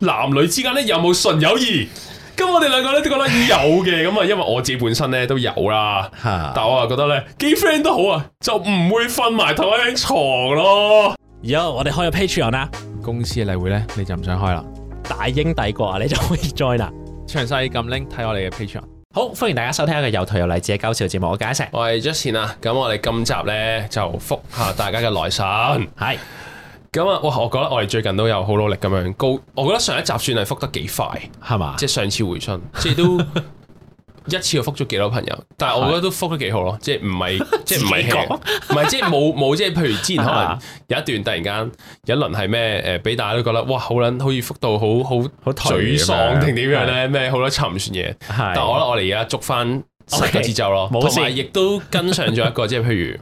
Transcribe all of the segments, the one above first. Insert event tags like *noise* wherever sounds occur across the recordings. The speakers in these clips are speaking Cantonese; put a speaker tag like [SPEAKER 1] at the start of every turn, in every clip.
[SPEAKER 1] 男女之間咧有冇純友誼？咁我哋兩個咧都覺得有嘅，咁啊，因為我自己本身咧都有啦，
[SPEAKER 2] 嚇
[SPEAKER 1] 但我啊覺得咧幾 friend 都好啊，就唔會瞓埋同一張床咯。
[SPEAKER 3] Yo，我哋開咗 Patreon 啦，
[SPEAKER 2] 公司嘅例會咧，你就唔想開啦。
[SPEAKER 3] 大英帝國啊，你就可以 join 啦。
[SPEAKER 2] 詳細撳 link 睇我哋嘅 Patreon。
[SPEAKER 3] 好，歡迎大家收聽一個有台有勵志嘅搞笑節目，我解釋
[SPEAKER 1] 我係 Justin 啊，咁我哋今集咧就覆下大家嘅來信。
[SPEAKER 3] 係
[SPEAKER 1] 咁啊，哇！我覺得我哋最近都有好努力咁樣高，我覺得上一集算係覆得幾快，
[SPEAKER 2] 係嘛？
[SPEAKER 1] 即係上次回
[SPEAKER 3] *laughs*
[SPEAKER 1] 信，即係都一次就覆咗幾多朋友，但係我覺得都覆得幾好咯，即係唔係即係唔係
[SPEAKER 3] 啊 *laughs* 自己講
[SPEAKER 1] hea 唔係即係
[SPEAKER 3] *laughs*
[SPEAKER 1] 冇冇即係譬如之前可能
[SPEAKER 3] 啊
[SPEAKER 1] 有一段突然間有一輪係咩誒，俾大家都覺得哇好撚好似覆到好好
[SPEAKER 3] 好
[SPEAKER 1] 沮
[SPEAKER 3] 頹咁樣
[SPEAKER 1] 喪定點樣咧，咩好多沉船嘢，
[SPEAKER 3] 係
[SPEAKER 1] 但我覺得我哋而家捉翻十
[SPEAKER 3] OK，
[SPEAKER 1] 個節奏咯，
[SPEAKER 3] 冇事
[SPEAKER 1] 同埋亦都跟上咗一個即係譬如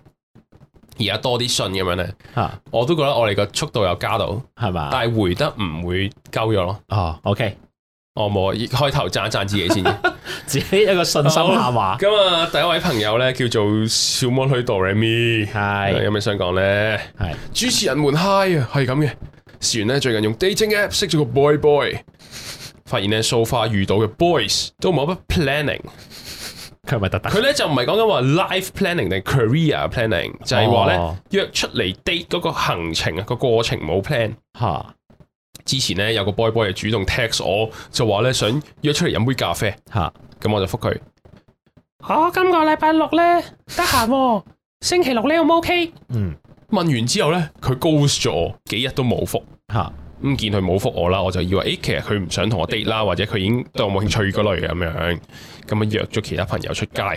[SPEAKER 1] 而家多啲信咁樣咧，
[SPEAKER 3] 嚇
[SPEAKER 1] 我都覺得我哋個速度有加到。
[SPEAKER 3] 係嘛？
[SPEAKER 1] 但係回得唔會鳩咗咯。
[SPEAKER 3] 哦，OK，
[SPEAKER 1] 我哦冇開頭讚一讚自己
[SPEAKER 3] *laughs*
[SPEAKER 1] 先。咁
[SPEAKER 3] 自己一個信心下話
[SPEAKER 1] 啊，第一位朋友咧叫做小魔女 Do Re Mi，
[SPEAKER 3] 係
[SPEAKER 1] 有咩想講咧？
[SPEAKER 3] 係
[SPEAKER 1] 主持人們 hi 啊，係咁嘅。事緣咧最近用 dating app 識咗個 boy boy，發現咧 so far 遇到嘅 boys 都冇乜 planning。
[SPEAKER 3] 佢係咪特登
[SPEAKER 1] 佢咧就唔係講緊話 life planning 定 career planning，就係話咧
[SPEAKER 3] 哦
[SPEAKER 1] 約出嚟 date 嗰個行程啊個過程冇 plan。
[SPEAKER 3] 嚇
[SPEAKER 1] 之前咧有個 boy boy 主動 text 我，就話咧想約出嚟飲杯咖啡。
[SPEAKER 3] 嚇
[SPEAKER 1] 咁我就覆佢，
[SPEAKER 4] 我哦今個禮拜六咧得閒喎，星期六咧 O 唔 OK？
[SPEAKER 3] 嗯
[SPEAKER 1] 問完之後呢，佢 ghost 咗我，幾日都冇覆。
[SPEAKER 3] 嚇
[SPEAKER 1] 咁見佢冇覆我啦，我就以為誒、咦其實佢唔想同我 date 啦，或者佢已經對我冇興趣嗰類咁樣，咁啊約咗其他朋友出街，冇、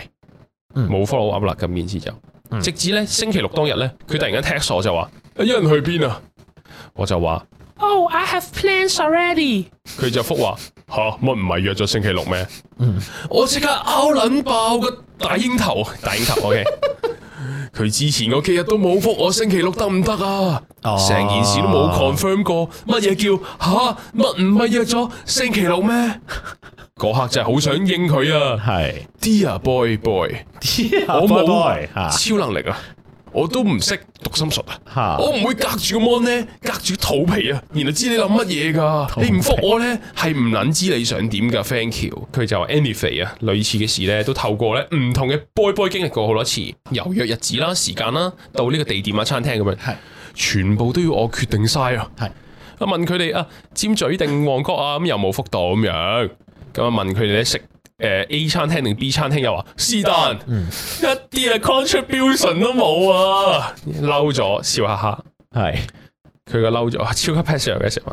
[SPEAKER 3] 嗯
[SPEAKER 1] follow up 啦，咁件事就，
[SPEAKER 3] 嗯
[SPEAKER 1] 直至呢星期六當日呢，佢突然間 text 我就話：一人去邊啊？我就話，
[SPEAKER 4] Oh, I have plans already。
[SPEAKER 1] 佢就覆話吓乜唔係約咗星期六咩？
[SPEAKER 4] 嗯
[SPEAKER 1] 我即刻拗撚爆個大鷹頭，大鷹
[SPEAKER 4] *laughs*
[SPEAKER 1] 頭 OK。佢之前嗰幾日都冇覆我，星期六得唔得啊？
[SPEAKER 3] 哦
[SPEAKER 1] 成件事都冇 confirm 過，乜嘢叫吓乜唔係約咗星期六咩？嗰刻真係好想應佢啊
[SPEAKER 3] 係
[SPEAKER 1] ，Dear boy boy，
[SPEAKER 3] 我
[SPEAKER 1] 我冇
[SPEAKER 3] boy 嚇
[SPEAKER 1] 超能力啊，我都唔識讀心術啊。
[SPEAKER 3] 嚇
[SPEAKER 1] 我唔會隔住個 mon 咧，隔住肚皮啊，然後知你諗乜嘢噶。你唔覆我咧，係唔撚知你想點噶，thank you。佢就話 anyway 啊，類似嘅事咧，都透過咧唔同嘅 boy boy 經歷過好多次，由約日子啦、時間啦，到呢個地點啊、餐廳咁樣，全部都要我決定晒啊。
[SPEAKER 3] 係
[SPEAKER 1] 啊，問佢哋啊，尖咀定旺角啊，咁又冇覆到咁樣，咁啊問佢哋咧食。誒 A 餐廳定 B 餐廳又話是但，一啲嘅 contribution 都冇啊，嬲咗笑哈哈。
[SPEAKER 3] 係
[SPEAKER 1] 佢個嬲咗，超級 passion 嘅食物。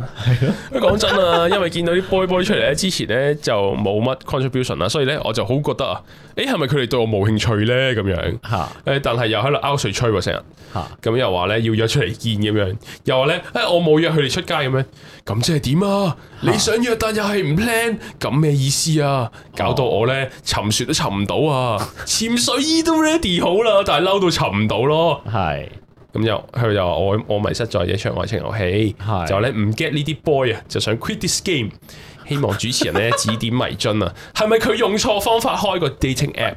[SPEAKER 1] 係講真啊，因為見到啲 boy boy 出嚟咧，之前咧就冇乜 contribution 啊啦，所以咧我就好覺得啊，誒係咪佢哋對我冇興趣咧咁樣？
[SPEAKER 3] 嚇
[SPEAKER 1] 誒，但係又喺度拗水吹喎成日，
[SPEAKER 3] 嚇
[SPEAKER 1] 咁又話咧要約出嚟見咁樣，又話咧誒我冇約佢哋出街咁樣，咁即係點啊？你想約但又係唔 plan，咁咩意思啊？搞到我咧沉船都沉唔到啊，潛水衣都 ready 好啦，但係嬲到沉唔到咯。
[SPEAKER 3] 係
[SPEAKER 1] 咁又佢就話我我迷失在一場愛情遊戲
[SPEAKER 3] 係，
[SPEAKER 1] 就咧唔 get 呢啲 boy 啊，就想 quit this game。希望主持人
[SPEAKER 3] *laughs*
[SPEAKER 1] 咧指點迷津啊，係咪佢用錯方法開個 dating app？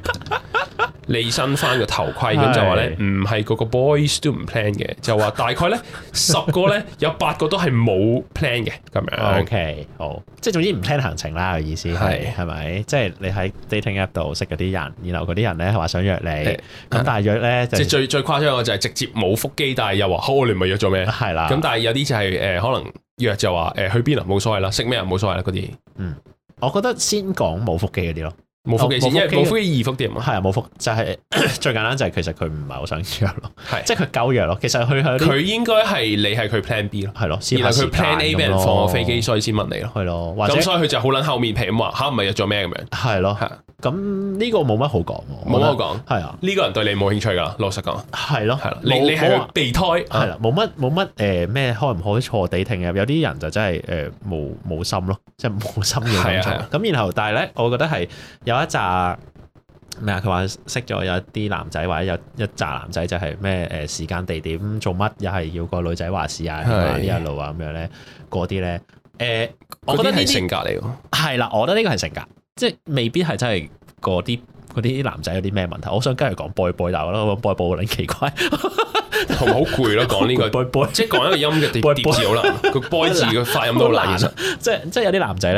[SPEAKER 1] 利 *laughs* 申翻個頭盔，咁就話咧唔係個個 boys 都唔 plan 嘅，就話大概咧十個
[SPEAKER 3] *laughs*
[SPEAKER 1] 咧有八個都係冇 plan 嘅咁樣。
[SPEAKER 3] 哦 OK 好，呃即係總之唔 plan 行程啦，佢意思係
[SPEAKER 1] 係
[SPEAKER 3] 係咪？即係你喺 dating app 度識嗰啲人，然後嗰啲人咧話想約你，咁
[SPEAKER 1] 誒
[SPEAKER 3] 但係約咧
[SPEAKER 1] 啊
[SPEAKER 3] 就
[SPEAKER 1] 即係最最誇張嘅就係直接冇腹肌，但係又話好，我哋咪約咗咩？
[SPEAKER 3] 係啦
[SPEAKER 1] 咁但係有啲就係、誒、可能約就話誒、去邊啊，冇所謂啦，食咩啊，冇所謂啦嗰啲。
[SPEAKER 3] 我覺得先講哦冇腹肌嗰啲咯，
[SPEAKER 1] 冇腹肌先，因為
[SPEAKER 3] 冇腹肌
[SPEAKER 1] 冇腹肌易腹啲啊嘛。
[SPEAKER 3] 係啊冇腹就係 *coughs* 最簡單就係其實佢唔係好想約
[SPEAKER 1] *laughs*
[SPEAKER 3] 咯，
[SPEAKER 1] 係
[SPEAKER 3] 即係佢夠約咯。其實佢佢啲
[SPEAKER 1] 佢應該係你係佢 Plan B 咯，
[SPEAKER 3] 係咯，試
[SPEAKER 1] 然
[SPEAKER 3] 下
[SPEAKER 1] 後
[SPEAKER 3] 時
[SPEAKER 1] 佢 Plan A
[SPEAKER 3] 間
[SPEAKER 1] 俾人
[SPEAKER 3] 咁咯
[SPEAKER 1] 放我飛機，所以先問你咯。
[SPEAKER 3] 係咯，或者
[SPEAKER 1] 咁所以佢就好撚厚面皮咁話吓，唔係約咗咩咁樣？
[SPEAKER 3] 係咯
[SPEAKER 1] 係，
[SPEAKER 3] 咁呢個冇乜好講喎，
[SPEAKER 1] 冇乜好講
[SPEAKER 3] 係啊，
[SPEAKER 1] 呢個人對你冇興趣㗎，老實
[SPEAKER 3] *laughs*
[SPEAKER 1] 講
[SPEAKER 3] 係咯，
[SPEAKER 1] 係啦。你
[SPEAKER 3] 冇
[SPEAKER 1] 你係
[SPEAKER 3] 冇話
[SPEAKER 1] 佢備胎啊
[SPEAKER 3] 係啦，冇乜冇乜誒咩開唔開錯地聽嘅，有啲人就真係誒冇冇心咯，即係
[SPEAKER 1] *laughs*
[SPEAKER 3] 冇心
[SPEAKER 1] 係
[SPEAKER 3] 要咁
[SPEAKER 1] 啊
[SPEAKER 3] 做
[SPEAKER 1] 係啊。
[SPEAKER 3] 咁然後但係咧，我覺得係有一紮咩啊？佢話識咗有一啲男仔或者有一紮男仔就係咩誒時間地點做乜，又係要個女仔話事啊，
[SPEAKER 1] 係
[SPEAKER 3] 呢一路啊咁樣咧，嗰啲咧誒，我覺得呢
[SPEAKER 1] 係
[SPEAKER 3] 啲
[SPEAKER 1] 性格嚟
[SPEAKER 3] *laughs*
[SPEAKER 1] 喎。
[SPEAKER 3] 係啦，我覺得呢個係性格，即係未必係真係嗰啲嗰啲男仔有啲咩問題。我想跟佢講 boy boy，但係我覺得講 boy boy 好撚奇怪。
[SPEAKER 1] 同埋好攰咯，講呢個。
[SPEAKER 3] *laughs* boy boy，
[SPEAKER 1] 即係講一個音嘅疊
[SPEAKER 3] *laughs* 背
[SPEAKER 1] 疊字好難，個 boy 字嘅發音都好難。
[SPEAKER 3] 好
[SPEAKER 1] 其
[SPEAKER 3] 難
[SPEAKER 1] 實
[SPEAKER 3] 啊即係即係有啲男仔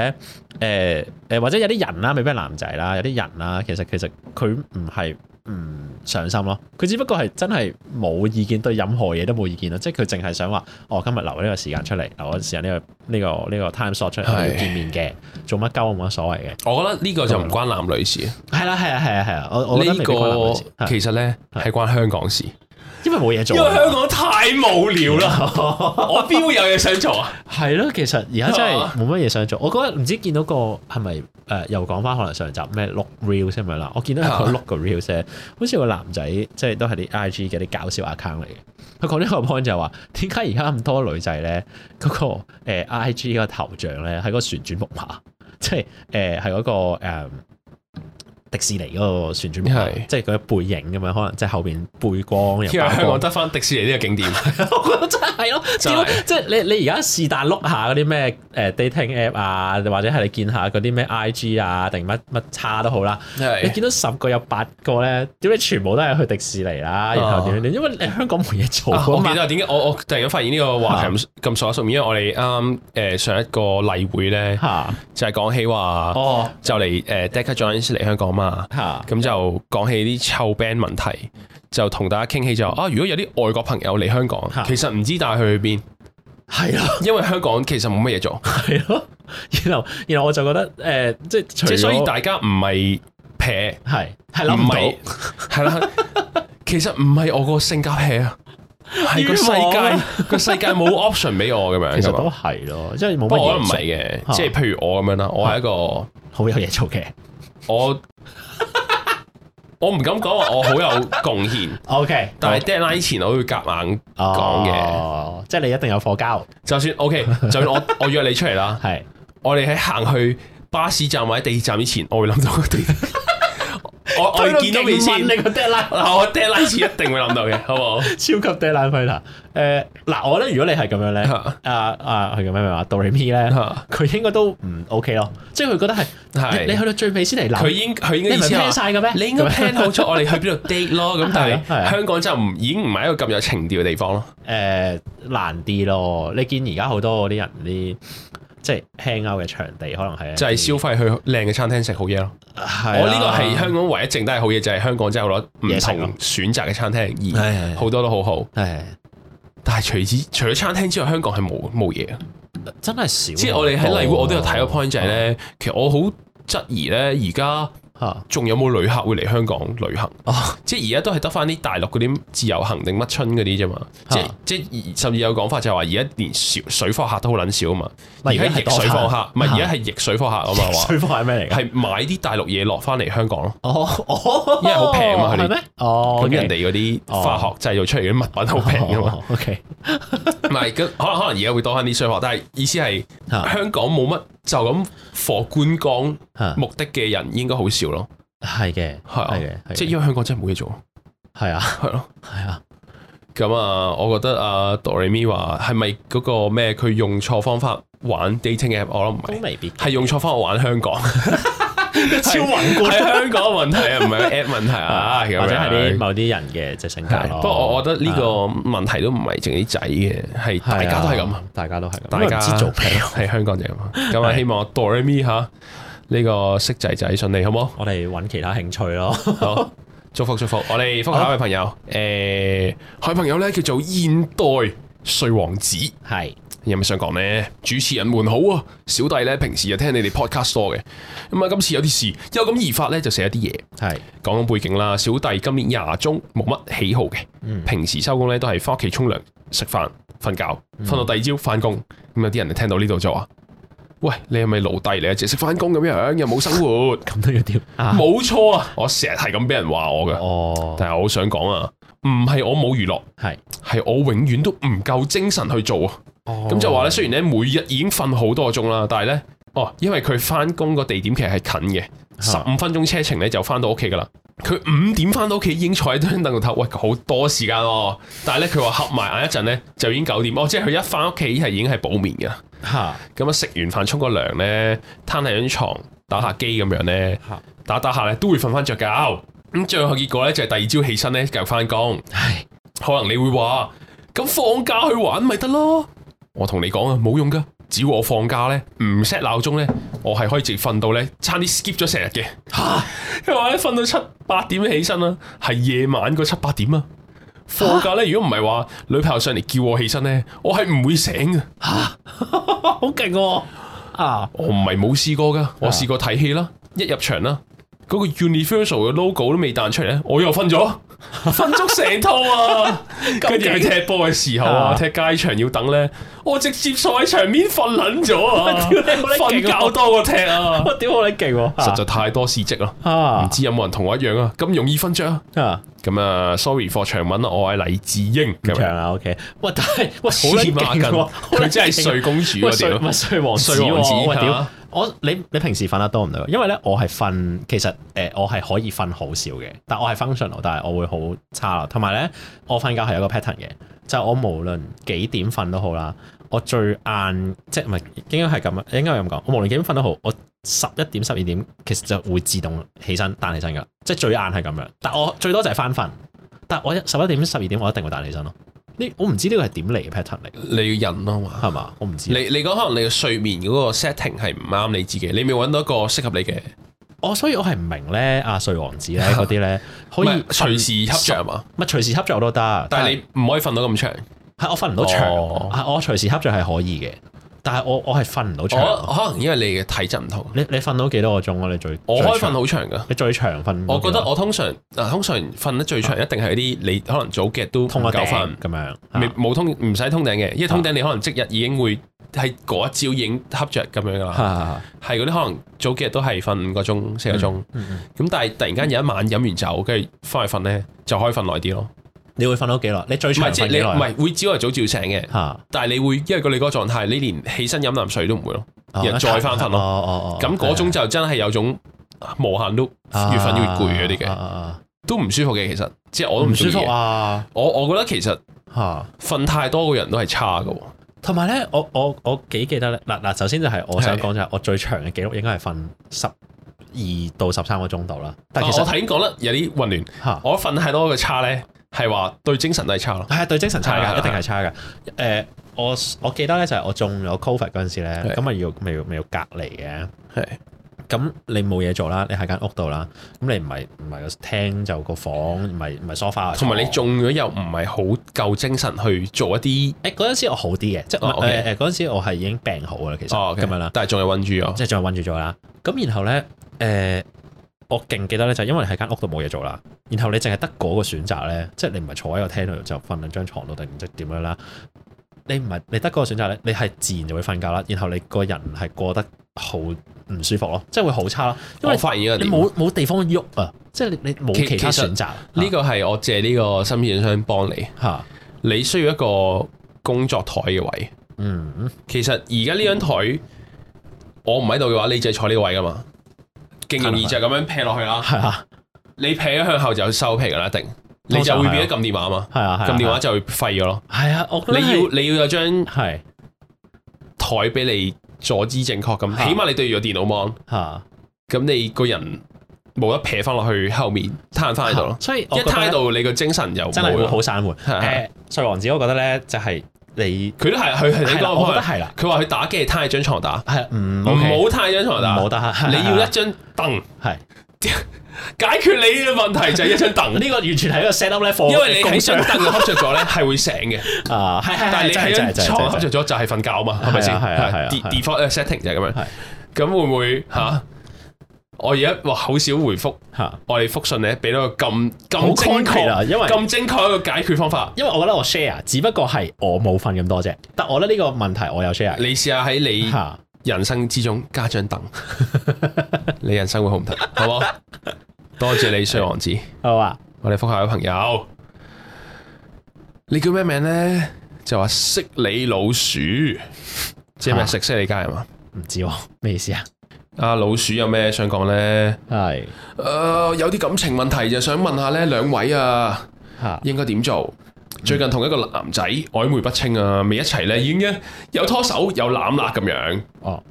[SPEAKER 3] 咧，誒、誒或者有啲人啦，未必係男仔啦，有啲人啦，其實其實佢唔係唔上心咯，佢只不過係真係冇意見，對任何嘢都冇意見咯，即係佢淨係想話，哦今日留呢個時間出嚟，留咗時間呢、個呢、個呢、個 time slot 出嚟
[SPEAKER 1] 係
[SPEAKER 3] 我要見面嘅，做乜鳩冇乜所謂嘅，
[SPEAKER 1] 我覺得呢個就唔關男女事，
[SPEAKER 3] 係啦係啊係啊係啊，我我覺得
[SPEAKER 1] 呢
[SPEAKER 3] 未必關男女事
[SPEAKER 1] 個
[SPEAKER 3] 係
[SPEAKER 1] 其實咧
[SPEAKER 3] 係
[SPEAKER 1] 係關香港事，
[SPEAKER 3] 因為冇嘢做
[SPEAKER 1] 因為
[SPEAKER 3] 啊，
[SPEAKER 1] 香港太無聊
[SPEAKER 3] *laughs*
[SPEAKER 1] 啦，我邊會有嘢想做啊？
[SPEAKER 3] 係咯，其實而家真係
[SPEAKER 1] 啊
[SPEAKER 3] 冇乜嘢想做。我嗰日唔知見到個係咪誒，又講翻可能上集咩碌 reels 係咪啦？我見到有個
[SPEAKER 1] 啊
[SPEAKER 3] 碌個 reels 咧，好似個男仔即係都係啲 IG 嘅啲搞笑 account 嚟嘅。佢講呢個 point 就係話，點解而家咁多女仔咧嗰個誒 IG 個頭像咧係個旋轉木馬， *laughs* 即係誒係嗰個誒迪士尼嗰個旋轉木馬，
[SPEAKER 1] 係
[SPEAKER 3] 即係佢嘅背影咁樣，可能即係後邊背
[SPEAKER 1] *laughs*
[SPEAKER 3] 光又
[SPEAKER 1] 因為
[SPEAKER 3] 爆
[SPEAKER 1] 香
[SPEAKER 3] 光
[SPEAKER 1] 港得翻迪士尼呢個景
[SPEAKER 3] *laughs*
[SPEAKER 1] 點，
[SPEAKER 3] 我覺得真係咯，
[SPEAKER 1] 真係
[SPEAKER 3] 屌即係你你而家是但碌下嗰啲咩誒 dating app 啊，或者係你見下嗰啲咩 IG 啊，定乜乜叉都好啦。你見到十個有八個咧，點解全部都係去迪士尼啦？然後點點點，因為你香港冇嘢做
[SPEAKER 1] 啊
[SPEAKER 3] 啊
[SPEAKER 1] 我
[SPEAKER 3] 嘛
[SPEAKER 1] 記。得點解我我突然間發現呢個話題咁
[SPEAKER 3] 啊
[SPEAKER 1] 咁所熟面，因為我哋啱誒上一個例會咧，
[SPEAKER 3] 嚇
[SPEAKER 1] 就係講起話
[SPEAKER 3] 啊哦啊
[SPEAKER 1] 就嚟誒 Deca Joins 嚟香港嘛，
[SPEAKER 3] 嚇
[SPEAKER 1] 咁就講起啲臭 band 問題，就同大家傾起就啊，如果有啲外國朋友嚟香港
[SPEAKER 3] 嚇，
[SPEAKER 1] 其實唔知帶佢去邊，
[SPEAKER 3] 係咯
[SPEAKER 1] 因為香港其實冇乜嘢做，
[SPEAKER 3] 係咯，然後然後我就覺得誒、呃即係除
[SPEAKER 1] 即係所以
[SPEAKER 3] 咗
[SPEAKER 1] 大家唔係撇，
[SPEAKER 3] 係係
[SPEAKER 1] 唔
[SPEAKER 3] 諗唔
[SPEAKER 1] 係
[SPEAKER 3] 到。
[SPEAKER 1] 係
[SPEAKER 3] *laughs*
[SPEAKER 1] 啦，其實唔係我個性格撇啊，係個世
[SPEAKER 3] 冤枉啊
[SPEAKER 1] 界個世界
[SPEAKER 3] *laughs*
[SPEAKER 1] 冇 option 俾我咁樣，
[SPEAKER 3] 其實
[SPEAKER 1] 咁啊
[SPEAKER 3] 都係咯，即係冇
[SPEAKER 1] 不過我
[SPEAKER 3] 乜
[SPEAKER 1] 覺得唔
[SPEAKER 3] 嘢做
[SPEAKER 1] 係，嘅，
[SPEAKER 3] 嚇
[SPEAKER 1] 即係譬如我咁樣啦，我係一個
[SPEAKER 3] 好有嘢做嘅。
[SPEAKER 1] 我我唔敢講話我好有貢
[SPEAKER 3] *laughs*
[SPEAKER 1] 獻，
[SPEAKER 3] OK，
[SPEAKER 1] 但係 deadline 前我會夾硬講嘅。
[SPEAKER 3] 哦，即係你一定有課交，
[SPEAKER 1] 就算
[SPEAKER 3] *laughs*
[SPEAKER 1] OK，就算我我約你出嚟啦，
[SPEAKER 3] 係
[SPEAKER 1] 我哋喺行去巴士站或者地鐵站之前，我會諗到個
[SPEAKER 3] *laughs*
[SPEAKER 1] 地，我我哋見到面先。
[SPEAKER 3] 你個
[SPEAKER 1] *laughs*
[SPEAKER 3] deadline
[SPEAKER 1] 嗱，我 deadline 前一定會諗到嘅，好唔
[SPEAKER 3] *laughs*
[SPEAKER 1] 好？
[SPEAKER 3] 超級 deadline fighter。誒嗱，我覺得如果你係咁樣咧，
[SPEAKER 1] 嚇
[SPEAKER 3] 啊啊係咁樣咪話 do re mi 咧，
[SPEAKER 1] 嚇
[SPEAKER 3] 佢應該都唔 OK 咯，即係佢覺得係
[SPEAKER 1] 係
[SPEAKER 3] 你你去到最尾先嚟
[SPEAKER 1] 佢
[SPEAKER 3] 諗，
[SPEAKER 1] 已經佢已經
[SPEAKER 3] 你
[SPEAKER 1] 意
[SPEAKER 3] 唔係
[SPEAKER 1] 思
[SPEAKER 3] plan
[SPEAKER 1] 話，
[SPEAKER 3] 晒嘅咩？
[SPEAKER 1] 你應該 plan 好咗我哋去邊度 date 咯。咁但
[SPEAKER 3] *laughs* 係啊係啊
[SPEAKER 1] 係香港就唔已經唔係一個咁有情調嘅地方咯。
[SPEAKER 3] 誒難啲咯。你見而家好多嗰啲人啲即係 hang out 嘅場地，可能係
[SPEAKER 1] 就係消費去靚嘅餐廳食好嘢咯。
[SPEAKER 3] 啊係啊
[SPEAKER 1] 我呢個係香港唯一剩低嘅好嘢，就係香港真係好多唔
[SPEAKER 3] 嘢食咯
[SPEAKER 1] 同選擇嘅餐廳，而
[SPEAKER 3] 係
[SPEAKER 1] 好多都好好。
[SPEAKER 3] 係
[SPEAKER 1] 但係除此除咗餐廳之外，香港係冇冇嘢嘅。
[SPEAKER 3] 真係少好多。
[SPEAKER 1] 即係我哋喺
[SPEAKER 3] 哦
[SPEAKER 1] 例會，我都有睇個 point 就係咧，其實我好質疑咧，而家
[SPEAKER 3] 嚇
[SPEAKER 1] 仲有冇旅客會嚟香港旅行？哦即係而家都係得翻啲大陸嗰啲自由行定乜春嗰啲啫嘛。
[SPEAKER 3] 嚇
[SPEAKER 1] 即係即係甚至有講法就係話，而家連小水貨客都好撚少啊嘛。
[SPEAKER 3] 咪
[SPEAKER 1] 而家
[SPEAKER 3] 而家係
[SPEAKER 1] 逆水貨
[SPEAKER 3] 多
[SPEAKER 1] 客，唔係而家係逆 *laughs* 水貨客啊嘛
[SPEAKER 3] *laughs*
[SPEAKER 1] 話。
[SPEAKER 3] 水貨係咩嚟㗎？
[SPEAKER 1] 係買啲大陸嘢落翻嚟香港咯，
[SPEAKER 3] 哦哦，
[SPEAKER 1] 因為好平啊嘛佢哋
[SPEAKER 3] 係咩？哦，
[SPEAKER 1] 咁人哋嗰啲化學製造出嚟嘅物品好平噶嘛，
[SPEAKER 3] 哦，OK，
[SPEAKER 1] *laughs* 唔係咁可能可能而家會多翻啲商學，但係意思係
[SPEAKER 3] 嚇
[SPEAKER 1] 香港冇乜就咁貨觀光
[SPEAKER 3] 嚇
[SPEAKER 1] 目的嘅人應該好少咯，
[SPEAKER 3] 係嘅，
[SPEAKER 1] 啊係啊
[SPEAKER 3] 係嘅，
[SPEAKER 1] 即係
[SPEAKER 3] 係嘅
[SPEAKER 1] 因為香港真係冇嘢做，
[SPEAKER 3] 係啊，
[SPEAKER 1] 係咯。
[SPEAKER 3] 係啊，
[SPEAKER 1] 咁啊，我覺得啊 d o r e m i 話係咪嗰個咩佢用錯方法玩 dating app？我諗唔
[SPEAKER 3] 都
[SPEAKER 1] 係，
[SPEAKER 3] 未必
[SPEAKER 1] 係用錯方法玩香
[SPEAKER 3] *laughs*
[SPEAKER 1] 港，
[SPEAKER 3] 超宏
[SPEAKER 1] 係香港嘅問題啊，唔係 app 問題
[SPEAKER 3] *laughs*
[SPEAKER 1] 啊，咁樣
[SPEAKER 3] 或者係啲某啲人嘅即係性格
[SPEAKER 1] 係
[SPEAKER 3] 咯
[SPEAKER 1] 不過我我覺得呢個問題都唔係淨啲仔嘅，係
[SPEAKER 3] 啊係啊
[SPEAKER 1] 大家都係咁啊。，
[SPEAKER 3] 大家都係咁，
[SPEAKER 1] 大家
[SPEAKER 3] 因為唔知做咩，
[SPEAKER 1] 喺香港就係咁啊。咁啊，希望 d o r e m i 吓呢個識仔仔順利，好唔
[SPEAKER 3] *laughs*
[SPEAKER 1] 好？
[SPEAKER 3] 我哋揾其他興趣咯，
[SPEAKER 1] 好，祝福祝福。我哋覆下一位朋
[SPEAKER 3] 啊
[SPEAKER 1] 友，誒，佢朋友咧叫做現代睡王子，
[SPEAKER 3] 係
[SPEAKER 1] 有咩想講呢？主持人們好啊，小弟咧平時就聽你哋 podcast 多嘅，咁啊今次有啲事有感而發咧就寫一啲嘢。
[SPEAKER 3] *laughs* 係
[SPEAKER 1] 講講背景啦，小弟今年廿中，冇乜喜好嘅，
[SPEAKER 3] 嗯
[SPEAKER 1] 平時收工咧都係翻屋企沖涼、食飯、瞓覺，瞓到第二朝翻工。咁有啲人就聽到呢度就話：，喂，你係咪奴隸嚟啊？淨係識翻工咁樣，又冇生活。
[SPEAKER 3] 咁都要點啊？
[SPEAKER 1] 冇錯啊，我成日係咁俾人話我嘅，
[SPEAKER 3] 哦，
[SPEAKER 1] 但係我好想講啊，唔係我冇娛樂，
[SPEAKER 3] 係
[SPEAKER 1] 係我永遠都唔夠精神去做啊。
[SPEAKER 3] 咁
[SPEAKER 1] 咁就話咧，雖然咧每日已經瞓好多個鐘啦，但係咧，哦，因為佢翻工個地點其實係近嘅，十
[SPEAKER 3] 嚇
[SPEAKER 1] 五分鐘車程咧就翻到屋企噶啦。佢五點翻到屋企已經坐喺張凳度唞，喂，好多時間喎。但係咧，佢話合埋眼一陣咧就已經九點，哦，即係佢一翻屋企係已經係補眠嘅。
[SPEAKER 3] 嚇
[SPEAKER 1] 咁啊，食完飯沖個涼咧，攤喺張床打下機咁樣咧
[SPEAKER 3] 嚇，
[SPEAKER 1] 打打下咧都會瞓翻着覺。咁最後結果咧就係第二朝起身咧繼續翻工。
[SPEAKER 3] 係
[SPEAKER 1] 可能你會話：咁放假去玩咪得咯？我同你講啊，冇用噶。只要我放假呢，唔 set 鬧鐘呢，我係可以直接瞓到呢，差啲 skip 咗成日嘅。嚇！因為咧瞓到七八點起身啦，係夜晚嗰七八點啊。放假呢，如果唔係話女朋友上嚟叫我起身呢，我係唔會醒嘅。
[SPEAKER 3] 好勁喎！啊，
[SPEAKER 1] 我唔係冇試過噶，我試過睇戲啦，一入場啦，嗰、個 Universal 嘅 logo 都未彈出嚟咧，我又瞓咗， *laughs* 瞓足成套
[SPEAKER 3] *laughs*
[SPEAKER 1] 啊！跟住去踢波嘅時候啊，
[SPEAKER 3] 啊
[SPEAKER 1] 踢街場要等咧，我直接坐喺場面瞓撚咗啊！
[SPEAKER 3] *laughs* 屌你好撚
[SPEAKER 1] 瞓
[SPEAKER 3] 勁啊
[SPEAKER 1] 覺多過踢啊！
[SPEAKER 3] 我屌你勁喎！
[SPEAKER 1] 實在太多事蹟啦，唔
[SPEAKER 3] 啊
[SPEAKER 1] 知有冇人同我一樣啊？咁容易瞓着啊？
[SPEAKER 3] 啊，
[SPEAKER 1] 咁啊，sorry for 長文啊，我係黎智英咁
[SPEAKER 3] 咁
[SPEAKER 1] 樣
[SPEAKER 3] 長，啊，OK。喂，但係喂，
[SPEAKER 1] 黐
[SPEAKER 3] 好撚勁
[SPEAKER 1] 孖
[SPEAKER 3] 喎！
[SPEAKER 1] 筋，佢真係睡公主
[SPEAKER 3] 喂
[SPEAKER 1] 啊！
[SPEAKER 3] 睡
[SPEAKER 1] 屌
[SPEAKER 3] 唔，係睡王子
[SPEAKER 1] 睡王子
[SPEAKER 3] 喎！喂屌
[SPEAKER 1] 啊！
[SPEAKER 3] 我你你平時瞓得多唔多？因為咧，我係瞓其實誒，我係可以瞓好少嘅，但我係 functional，但係我會好差啦。同埋咧，我瞓覺係有個 pattern 嘅，就係我無論幾點瞓都好啦，我最晏即係唔係應該係咁啊？應該係咁講，我無論幾點瞓都好，我十一點十二點其實就會自動起身彈起身噶啦，即係最晏係咁樣。但我最多就係翻瞓，但我十一點十二點我一定會彈起身咯。呢我唔知呢個係點嚟嘅 pattern 嚟，
[SPEAKER 1] 你要忍啊嘛。
[SPEAKER 3] 係嘛？我唔知。
[SPEAKER 1] 你你講可能你嘅睡眠嗰個 setting 係唔啱你自己，你未揾到一個適合你嘅，
[SPEAKER 3] 我哦所以我係唔明咧，阿瑞王
[SPEAKER 1] *laughs*
[SPEAKER 3] 子咧嗰啲咧，可以
[SPEAKER 1] 唔係隨時恰着啊嘛。
[SPEAKER 3] 乜隨時恰著都得，
[SPEAKER 1] 但係你唔可以瞓到咁長，
[SPEAKER 3] 但係係我瞓唔到長，
[SPEAKER 1] 哦
[SPEAKER 3] 係我隨時恰著係可以嘅，但係我我係瞓唔到
[SPEAKER 1] 我
[SPEAKER 3] 長。
[SPEAKER 1] 可能因為你嘅體質唔同，
[SPEAKER 3] 你你瞓到幾多個鐘啊？你最
[SPEAKER 1] 我可以瞓，
[SPEAKER 3] 最長
[SPEAKER 1] 好長噶。
[SPEAKER 3] 你最長瞓幾多。
[SPEAKER 1] 我覺得我通常嗱，通常瞓得最長一定係啲你可能早幾日都唔
[SPEAKER 3] 啊通個
[SPEAKER 1] 夠
[SPEAKER 3] 頂
[SPEAKER 1] 瞓，
[SPEAKER 3] 咁樣，
[SPEAKER 1] 未
[SPEAKER 3] 啊
[SPEAKER 1] 冇通唔使通頂嘅，因為通頂你可能即日已經會喺嗰一朝已經恰着咁樣噶啦。
[SPEAKER 3] 啊
[SPEAKER 1] 係嗰啲可能早幾日都係瞓五個鐘、四個鐘，
[SPEAKER 3] 嗯嗯
[SPEAKER 1] 咁但係突然間有一晚飲完酒，跟住翻去瞓咧，就可以瞓耐啲咯。
[SPEAKER 3] 你會瞓到幾耐？你最
[SPEAKER 1] 唔係
[SPEAKER 3] 長
[SPEAKER 1] 即係
[SPEAKER 3] 瞓
[SPEAKER 1] 你
[SPEAKER 3] 幾
[SPEAKER 1] 唔
[SPEAKER 3] 耐？啊
[SPEAKER 1] 係會朝係早照醒嘅。
[SPEAKER 3] 嚇，
[SPEAKER 1] 但係你會因為個你嗰個狀態，你連起身飲啖水都唔會咯。
[SPEAKER 3] 哦
[SPEAKER 1] 然後再返瞓咯
[SPEAKER 3] 哦哦哦，
[SPEAKER 1] 咁嗰種就真係有種無限都
[SPEAKER 3] 啊
[SPEAKER 1] 越瞓越攰嗰啲嘅，
[SPEAKER 3] 嘅，
[SPEAKER 1] 都唔舒服嘅。其實即係我都
[SPEAKER 3] 啊唔
[SPEAKER 1] 唔
[SPEAKER 3] 舒
[SPEAKER 1] 中意嘅。
[SPEAKER 3] 服啊
[SPEAKER 1] 我我覺得其實
[SPEAKER 3] 嚇。
[SPEAKER 1] 瞓太多個人都係差嘅喎。
[SPEAKER 3] 同埋咧，我我我幾記得咧，嗱嗱，首先就係我想講就係我最長嘅記錄應該係瞓十二到十三個鐘度啦。但係其
[SPEAKER 1] 啊哦我
[SPEAKER 3] 實
[SPEAKER 1] 頭先講得有啲混亂。
[SPEAKER 3] 嚇，係
[SPEAKER 1] 我瞓太多嘅差咧，係話對精神都係差咯。
[SPEAKER 3] 啊對精神差
[SPEAKER 1] 係啊
[SPEAKER 3] 㗎，一定係差㗎。誒，我我記得咧就係我中咗 Covid 嗰陣時咧
[SPEAKER 1] 係，
[SPEAKER 3] 咁咪要咪要咪要隔離嘅。
[SPEAKER 1] 係
[SPEAKER 3] 咁你冇嘢做啦，你喺間屋度啦，咁你唔係唔係個廳就個房，唔係唔係 sofa，
[SPEAKER 1] 同埋你中咗又唔係好夠精神去做一啲
[SPEAKER 3] 誒嗰陣時我好啲嘅，即係
[SPEAKER 1] 哦
[SPEAKER 3] 誒
[SPEAKER 1] ，OK
[SPEAKER 3] 誒嗰陣時我係已經病好㗎啦，其實
[SPEAKER 1] 哦
[SPEAKER 3] 咁樣啦。
[SPEAKER 1] 但係仲係韞住咗。
[SPEAKER 3] 即係再韞住咗啦。咁然後咧，誒、我勁記得咧，就係因為你喺間屋度冇嘢做啦，然後你淨係得嗰個選擇咧，即係你唔係坐喺個廳度就瞓喺張床度定唔知點樣啦。你唔係你得嗰個選擇咧，你係自然就會瞓覺啦。然後你個人係過得好唔舒服咯，即係會好差咯，
[SPEAKER 1] 我
[SPEAKER 3] 因為
[SPEAKER 1] 發現一個
[SPEAKER 3] 你
[SPEAKER 1] 點
[SPEAKER 3] 冇冇地方喐啊，即係你你冇
[SPEAKER 1] 其
[SPEAKER 3] 其他
[SPEAKER 1] 其實
[SPEAKER 3] 選擇。
[SPEAKER 1] 呢個係我借呢個心理諮詢商幫你。
[SPEAKER 3] 嚇、
[SPEAKER 1] 你需要一個工作台嘅位。
[SPEAKER 3] 嗯，
[SPEAKER 1] 其實而家呢張台，我唔喺度嘅話，你就係坐呢個位噶嘛。勁容易就咁樣劈落去啦。
[SPEAKER 3] 係啊，
[SPEAKER 1] 你劈咗向後就收皮噶啦，一定。你
[SPEAKER 3] 通
[SPEAKER 1] 就
[SPEAKER 3] 常
[SPEAKER 1] 會
[SPEAKER 3] 係啊
[SPEAKER 1] 變咗撳電話啊嘛。
[SPEAKER 3] 係啊，係啊
[SPEAKER 1] 撳電話就會廢咗咯。
[SPEAKER 3] 係啊，我覺
[SPEAKER 1] 你
[SPEAKER 3] 得
[SPEAKER 1] 要你要有張
[SPEAKER 3] 係
[SPEAKER 1] 台俾你坐姿正確咁，
[SPEAKER 3] 嚇
[SPEAKER 1] 起碼你對住個電腦 mon，
[SPEAKER 3] 嚇，
[SPEAKER 1] 咁你個人冇得劈翻落去後面，攤翻喺度咯。
[SPEAKER 3] 啊所以我
[SPEAKER 1] 一
[SPEAKER 3] 覺得
[SPEAKER 1] 攤
[SPEAKER 3] 呢
[SPEAKER 1] 喺度，你個精神就
[SPEAKER 3] 真係
[SPEAKER 1] 冇
[SPEAKER 3] 會
[SPEAKER 1] 啦
[SPEAKER 3] 好散緩。
[SPEAKER 1] *laughs* 係啊
[SPEAKER 3] 誒，睡王子，我覺得咧就係你
[SPEAKER 1] 佢都係佢係你
[SPEAKER 3] 係啦，
[SPEAKER 1] 講
[SPEAKER 3] 我覺得
[SPEAKER 1] 開，
[SPEAKER 3] 係啦，
[SPEAKER 1] 佢話佢打機係攤喺張床打。
[SPEAKER 3] 係嗯唔
[SPEAKER 1] 唔好太張床
[SPEAKER 3] 唔好
[SPEAKER 1] 打，
[SPEAKER 3] 得閒，
[SPEAKER 1] 你要一張凳
[SPEAKER 3] 係
[SPEAKER 1] 解決你嘅問題就係一張凳，
[SPEAKER 3] *laughs* 呢個完全係一個 set up 咧，
[SPEAKER 1] 因為你喺
[SPEAKER 3] 共
[SPEAKER 1] 張
[SPEAKER 3] 襄
[SPEAKER 1] 凳度恰着咗咧係會醒嘅，
[SPEAKER 3] 啊，係係
[SPEAKER 1] 但係
[SPEAKER 3] 係
[SPEAKER 1] 你
[SPEAKER 3] 真係
[SPEAKER 1] 喺
[SPEAKER 3] 真係真
[SPEAKER 1] 張
[SPEAKER 3] 係
[SPEAKER 1] 床恰
[SPEAKER 3] 真
[SPEAKER 1] 着
[SPEAKER 3] 係
[SPEAKER 1] 咗就係瞓覺啊嘛，係咪先？
[SPEAKER 3] 係啊係啊係啊
[SPEAKER 1] de-
[SPEAKER 3] 係啊
[SPEAKER 1] default 嘅 setting 就係咁樣
[SPEAKER 3] 係，
[SPEAKER 1] 咁會唔會吓？我而家哇好少回覆，
[SPEAKER 3] 嚇，
[SPEAKER 1] 我哋覆信咧俾到個咁
[SPEAKER 3] 好
[SPEAKER 1] 咁精
[SPEAKER 3] concrete 啊
[SPEAKER 1] 確，
[SPEAKER 3] 因為
[SPEAKER 1] 咁精確一個解決方法。
[SPEAKER 3] 因為我覺得我 share 只不過係我冇瞓咁多啫，但我覺得呢個問題我有 share
[SPEAKER 1] 你試下喺你
[SPEAKER 3] 嚇，
[SPEAKER 1] 人生之中加張凳， *laughs* 你人生會好唔同，好冇？多謝你，衰王子。
[SPEAKER 3] 係嘛？
[SPEAKER 1] 我哋覆下位朋友，你叫咩名呢？就話識你老鼠，即係咩
[SPEAKER 3] 啊
[SPEAKER 1] 食悉你街係嘛？
[SPEAKER 3] 唔知喎咩意思啊？
[SPEAKER 1] 啊，老鼠有咩想講呢？
[SPEAKER 3] 係
[SPEAKER 1] 誒、有啲感情問題就想問下呢兩位啊，
[SPEAKER 3] 嚇
[SPEAKER 1] 應該點做？最近同一個男仔曖昧不清啊，未一齊呢已經呢有拖手有攬啦咁樣。
[SPEAKER 3] 哦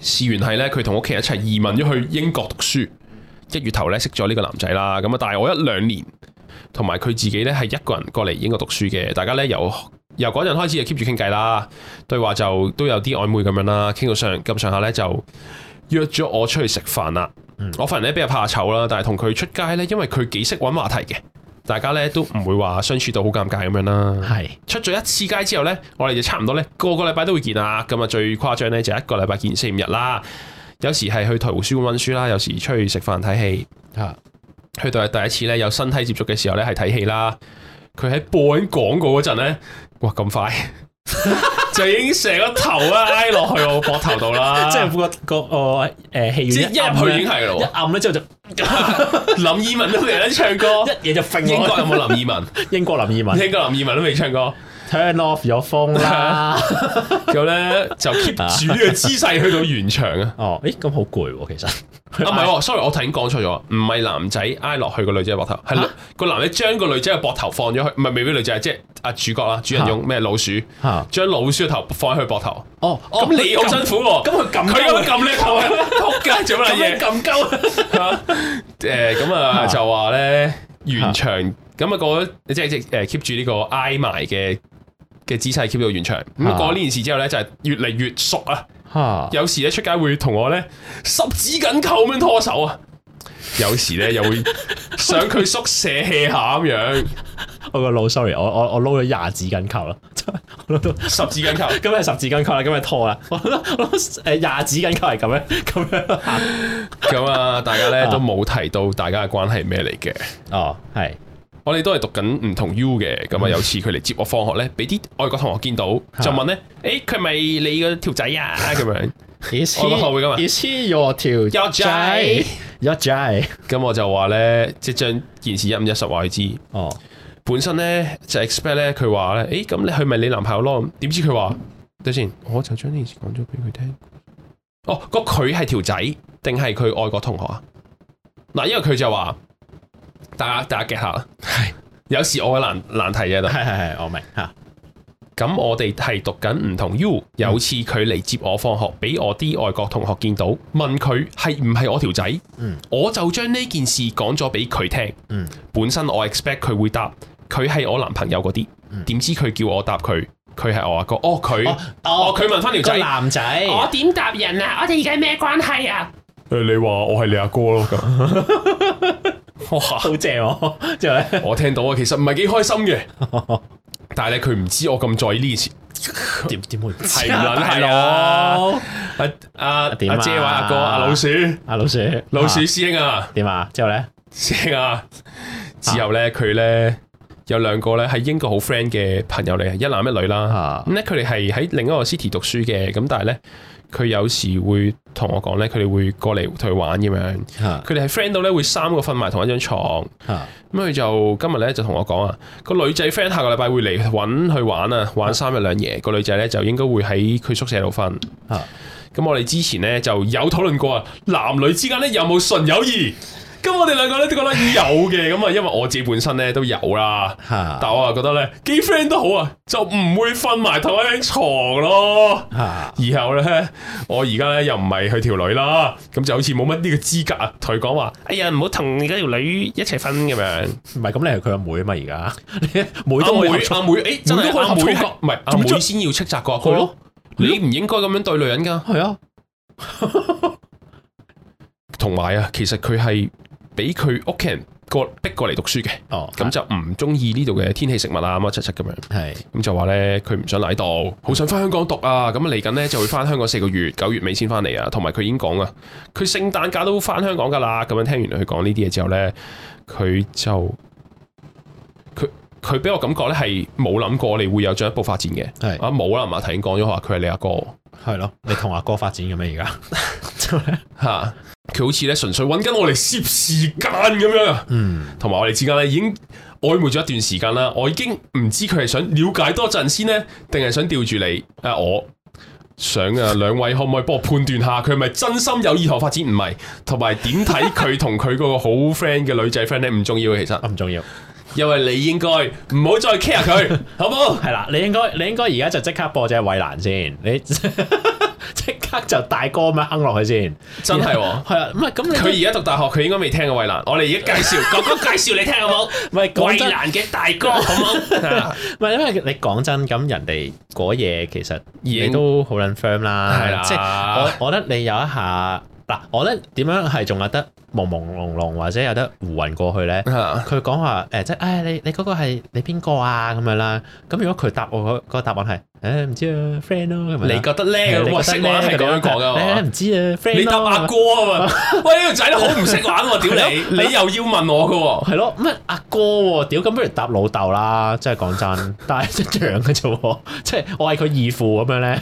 [SPEAKER 1] 事緣係咧，佢同屋企人一齊移民咗去英國讀書。一月頭咧識咗呢個男仔啦，咁啊，但係我一兩年同埋佢自己咧係一個人過嚟英國讀書嘅，大家咧由由嗰陣開始就 keep 住傾偈啦，對話就都有啲曖昧咁樣啦，傾到上咁上下咧就約咗我出去食飯啦。我份人咧比較怕醜啦，但係同佢出街咧，因為佢幾識揾話題嘅，大家咧都唔會話相處到好尷尬咁樣啦。
[SPEAKER 3] 係
[SPEAKER 1] 出咗一次街之後呢，我哋就差唔多呢個個禮拜都會見啦。咁啊，最誇張呢就一個禮拜見四五日啦。有時係去圖書館溫書啦，有時出去食飯睇戲。
[SPEAKER 2] 吓
[SPEAKER 1] 啊去到第一次呢，有身體接觸嘅時候呢，係睇戲啦。佢喺播緊廣告嗰陣呢，哇咁快 *laughs* 就已經成個頭啊挨落去我膊頭度啦，
[SPEAKER 3] 即係個個個誒戲
[SPEAKER 1] 即
[SPEAKER 3] 院
[SPEAKER 1] 係一入去已經係
[SPEAKER 3] 一
[SPEAKER 1] 咯。
[SPEAKER 3] 暗咧之後就
[SPEAKER 1] *laughs*
[SPEAKER 3] 一
[SPEAKER 1] 林二汶都嚟啦，唱歌。
[SPEAKER 3] 嘢就揈
[SPEAKER 1] 英
[SPEAKER 3] 英
[SPEAKER 1] 國有
[SPEAKER 3] 國
[SPEAKER 1] 冇林二 *laughs* 汶？
[SPEAKER 3] 英國林二汶
[SPEAKER 1] 英國林二汶都未唱過。
[SPEAKER 3] turn off 咗風
[SPEAKER 1] *laughs*
[SPEAKER 3] 啦。 *laughs*
[SPEAKER 1] 咁呢，就 keep 住呢個姿勢去到完場啊！
[SPEAKER 3] 哦，咦咁好攰喎，其實
[SPEAKER 1] 啊，唔係喎，sorry，我頭先講錯咗，唔係男仔挨落去個女仔嘅膊頭，係女個男仔將個女仔嘅膊頭放咗去，唔係未必女仔，即係阿主角啦，主人翁咩老鼠，
[SPEAKER 3] 嚇
[SPEAKER 1] 將老鼠嘅頭放喺佢膊頭，
[SPEAKER 3] 哦，
[SPEAKER 1] 咁你好辛苦喎，
[SPEAKER 3] 咁佢撳
[SPEAKER 1] 佢咁撳你頭啊，仆街做乜嘢？
[SPEAKER 3] 咁鳩，
[SPEAKER 1] 嚇誒咁啊，就話咧完場，咁啊過咗即係即係誒 keep 住呢個挨埋嘅嘅姿勢 keep 到完場，咁
[SPEAKER 2] 嚇
[SPEAKER 1] 過咗呢件事之後咧，就係越嚟越熟啊。
[SPEAKER 2] 吓，
[SPEAKER 1] 有時咧出街會同我咧十指緊扣咁樣拖手啊，有時咧又會上佢宿舍 hea 下咁樣，
[SPEAKER 3] 我個腦 sorry，我我我撈咗廿指緊扣啦， *laughs* 我撈到
[SPEAKER 1] 十指緊扣。
[SPEAKER 3] 今日十指緊扣啦，今日拖啦， *laughs* 我撈我撈誒廿指緊扣係咁樣咁樣
[SPEAKER 1] *laughs*
[SPEAKER 3] 行
[SPEAKER 1] 咁啊，大家咧都冇提到大家嘅關係咩嚟嘅。
[SPEAKER 3] 哦，係
[SPEAKER 1] 我哋都係讀緊唔同 U 嘅，咁啊有次佢嚟接我放學咧，俾啲外國同學見到就問咧：，誒佢係咪你個條仔啊？咁樣，
[SPEAKER 3] Is
[SPEAKER 1] 我個學會㗎嘛
[SPEAKER 3] Is he your 條
[SPEAKER 1] Your 仔
[SPEAKER 3] your 仔？
[SPEAKER 1] 咁我就話咧，即係將件事一五一十話佢知。
[SPEAKER 3] 哦，
[SPEAKER 1] 本身咧就 expect 咧佢話咧，誒咁你係咪你男朋友咯？咁點知佢話，等先，我就將呢件事講咗俾佢聽。哦，個佢係條仔定係佢外國同學啊？嗱，因為佢就話，大家大家 get 下啦。係，有時我嘅難難題喺度。
[SPEAKER 3] 係係係，我明嚇。
[SPEAKER 1] 咁我哋係讀緊唔同 U，有
[SPEAKER 3] 嗯
[SPEAKER 1] 次佢嚟接我放學，俾我啲外國同學見到，問佢係唔係我條仔，
[SPEAKER 3] 嗯
[SPEAKER 1] 我就將呢件事講咗俾佢聽。
[SPEAKER 3] 嗯
[SPEAKER 1] 本身我 expect 佢會答佢係我男朋友嗰啲，點、知佢叫我答佢，佢係我阿哥。哦，佢
[SPEAKER 3] 嗯哦
[SPEAKER 1] 哦
[SPEAKER 3] 哦，
[SPEAKER 1] 佢、問翻條
[SPEAKER 3] 個
[SPEAKER 1] 仔，哦
[SPEAKER 3] 男仔，
[SPEAKER 4] 我點答人啊？我哋而家咩關係啊？
[SPEAKER 1] 你話我係你阿哥咯咁。哇！
[SPEAKER 3] 好正喎，之後咧，
[SPEAKER 1] *laughs* 我聽到啊，其實唔係幾開心
[SPEAKER 3] *laughs*
[SPEAKER 1] 嘅，但係咧佢唔知我咁在意呢件事。
[SPEAKER 3] 點點會唔
[SPEAKER 1] 係
[SPEAKER 3] 知啊
[SPEAKER 1] 唔啊撚係
[SPEAKER 3] 大佬
[SPEAKER 1] 咯？阿阿阿
[SPEAKER 3] 點啊
[SPEAKER 1] 姐話阿哥阿老鼠
[SPEAKER 3] 阿老鼠，
[SPEAKER 1] 老鼠
[SPEAKER 3] 啊
[SPEAKER 1] 師兄啊！
[SPEAKER 3] 點啊？之後咧，
[SPEAKER 1] 正啊！之後咧，佢咧有兩個咧係英國好 friend 嘅朋友嚟，嘅，一男一女啦
[SPEAKER 3] 啊。
[SPEAKER 1] 咁咧佢哋係喺另一個 city 讀書嘅，咁但係咧佢有時會同我講咧，佢哋會過嚟同佢玩咁樣。
[SPEAKER 3] 嚇
[SPEAKER 1] 佢哋係 friend 到咧會三個瞓埋同一張床。
[SPEAKER 3] 嚇
[SPEAKER 1] 咁佢就今日咧就同我講啊，個女仔 friend 下個禮拜會嚟揾佢玩啊，玩三日兩夜。個女仔咧就應該會喺佢宿舍度瞓。
[SPEAKER 3] 嚇，
[SPEAKER 1] 咁我哋之前咧就有討論過啊，男女之間咧有冇純友誼？咁我哋兩個咧都覺得有嘅，咁啊，因為我自己本身咧都有啦，
[SPEAKER 3] 嚇
[SPEAKER 1] 但我啊覺得咧幾 friend 都好啊，就唔會瞓埋同一張床咯。
[SPEAKER 3] 嚇
[SPEAKER 1] 以後咧，我而家咧又唔係佢條女啦，咁就好似冇乜呢個資格啊，同佢講話，哎呀，唔好同而家條女一齊瞓咁樣。
[SPEAKER 3] 唔係咁，你係佢阿妹啊嘛？而家 *laughs* 你妹
[SPEAKER 1] 阿
[SPEAKER 3] 都
[SPEAKER 1] 妹
[SPEAKER 3] 冇
[SPEAKER 1] 阿妹，誒真
[SPEAKER 3] 妹
[SPEAKER 1] 係
[SPEAKER 3] 都可以
[SPEAKER 1] 阿
[SPEAKER 3] 合
[SPEAKER 1] 妹
[SPEAKER 3] 作
[SPEAKER 1] 係，
[SPEAKER 3] 㗎
[SPEAKER 1] 唔係阿
[SPEAKER 3] 做咩
[SPEAKER 1] 妹
[SPEAKER 3] 啫
[SPEAKER 1] 先要斥責個阿哥
[SPEAKER 3] 係
[SPEAKER 1] 咯
[SPEAKER 3] 咯，
[SPEAKER 1] 你唔應該咁樣對女人㗎。
[SPEAKER 3] 係啊，
[SPEAKER 1] 同埋啊，其實佢係俾佢屋企人過逼過嚟讀書嘅，
[SPEAKER 3] 哦
[SPEAKER 1] 咁就唔中意呢度嘅天氣食物啊，乜七七咁樣，
[SPEAKER 3] 係
[SPEAKER 1] 咁就話呢，佢唔想嚟度，好想翻香港讀啊，咁嚟緊呢，就會翻香港四個月，九月尾先翻嚟啊，同埋佢已經講啊，佢聖誕假都翻香港噶啦，咁樣聽完佢講呢啲嘢之後呢，佢就佢佢俾我感覺呢，係冇諗過你會有進一步發展嘅，
[SPEAKER 3] 係
[SPEAKER 1] 啊冇啦嘛，頭先講咗話佢係你阿哥。
[SPEAKER 3] 係咯，你同阿哥發展嘅咩？而家 *laughs* 之後咧，
[SPEAKER 1] 吓，佢好似咧純粹揾緊我嚟攝時間咁樣啊，
[SPEAKER 3] 嗯
[SPEAKER 1] 同埋我哋之間咧已經曖昧咗一段時間啦，我已經唔知佢係想了解多陣先呢，定係想吊住你啊我。想啊，兩位可唔可以幫我判斷下佢係咪真心有意圖發展？唔係，同埋點睇佢同佢嗰個好 friend 嘅女仔 friend 咧唔重要嘅，其實，
[SPEAKER 3] 唔重要。
[SPEAKER 1] 因為你應該唔好再 care
[SPEAKER 3] *laughs*
[SPEAKER 1] 佢，好唔好？
[SPEAKER 3] *laughs* 係啦，你應該你應該而家就即刻播只衛蘭先，你即刻刻就大哥咁樣哼落去先。
[SPEAKER 1] 真係喎。
[SPEAKER 3] 係啊，唔係咁你
[SPEAKER 1] 佢而家讀大學，佢應該未聽過衛蘭。我哋而家介紹，哥哥介紹你聽好冇？
[SPEAKER 3] 唔係講
[SPEAKER 1] 衛
[SPEAKER 3] 真，
[SPEAKER 1] 蘭嘅大哥好
[SPEAKER 3] *laughs*
[SPEAKER 1] 啊冇？
[SPEAKER 3] 唔係因為你講真咁，人哋嗰嘢其實
[SPEAKER 1] 已
[SPEAKER 3] 你
[SPEAKER 1] 經
[SPEAKER 3] 都好撚 firm 啦，
[SPEAKER 1] 係啦
[SPEAKER 3] 即係我我覺得你有一下嗱，我覺得點樣係仲有得朦朦朧朧或者有得胡混過去咧？
[SPEAKER 1] 啊
[SPEAKER 3] 佢講話誒，即係誒你你嗰個係你邊個啊咁樣啦。咁如果佢答我嗰嗰個答案係誒唔知啊 friend 咯咁樣啦。
[SPEAKER 1] 你覺得
[SPEAKER 3] 誒
[SPEAKER 1] 咧？
[SPEAKER 3] 你
[SPEAKER 1] 哇，
[SPEAKER 3] 覺得
[SPEAKER 1] 識玩
[SPEAKER 3] 咧
[SPEAKER 1] 係咁樣講噶
[SPEAKER 3] 誒
[SPEAKER 1] 嘛？
[SPEAKER 3] 唔知啊 friend
[SPEAKER 1] 你答
[SPEAKER 3] 咯
[SPEAKER 1] 阿哥啊嘛？
[SPEAKER 3] *laughs*
[SPEAKER 1] 喂，呢個仔都好唔識玩喎，屌你！你又要問我噶？
[SPEAKER 3] 係咯，乜阿哥喎？屌，咁不如搭老豆啦！真係講真，但係一樣嘅啫喎，即係我係佢義父咁樣咧。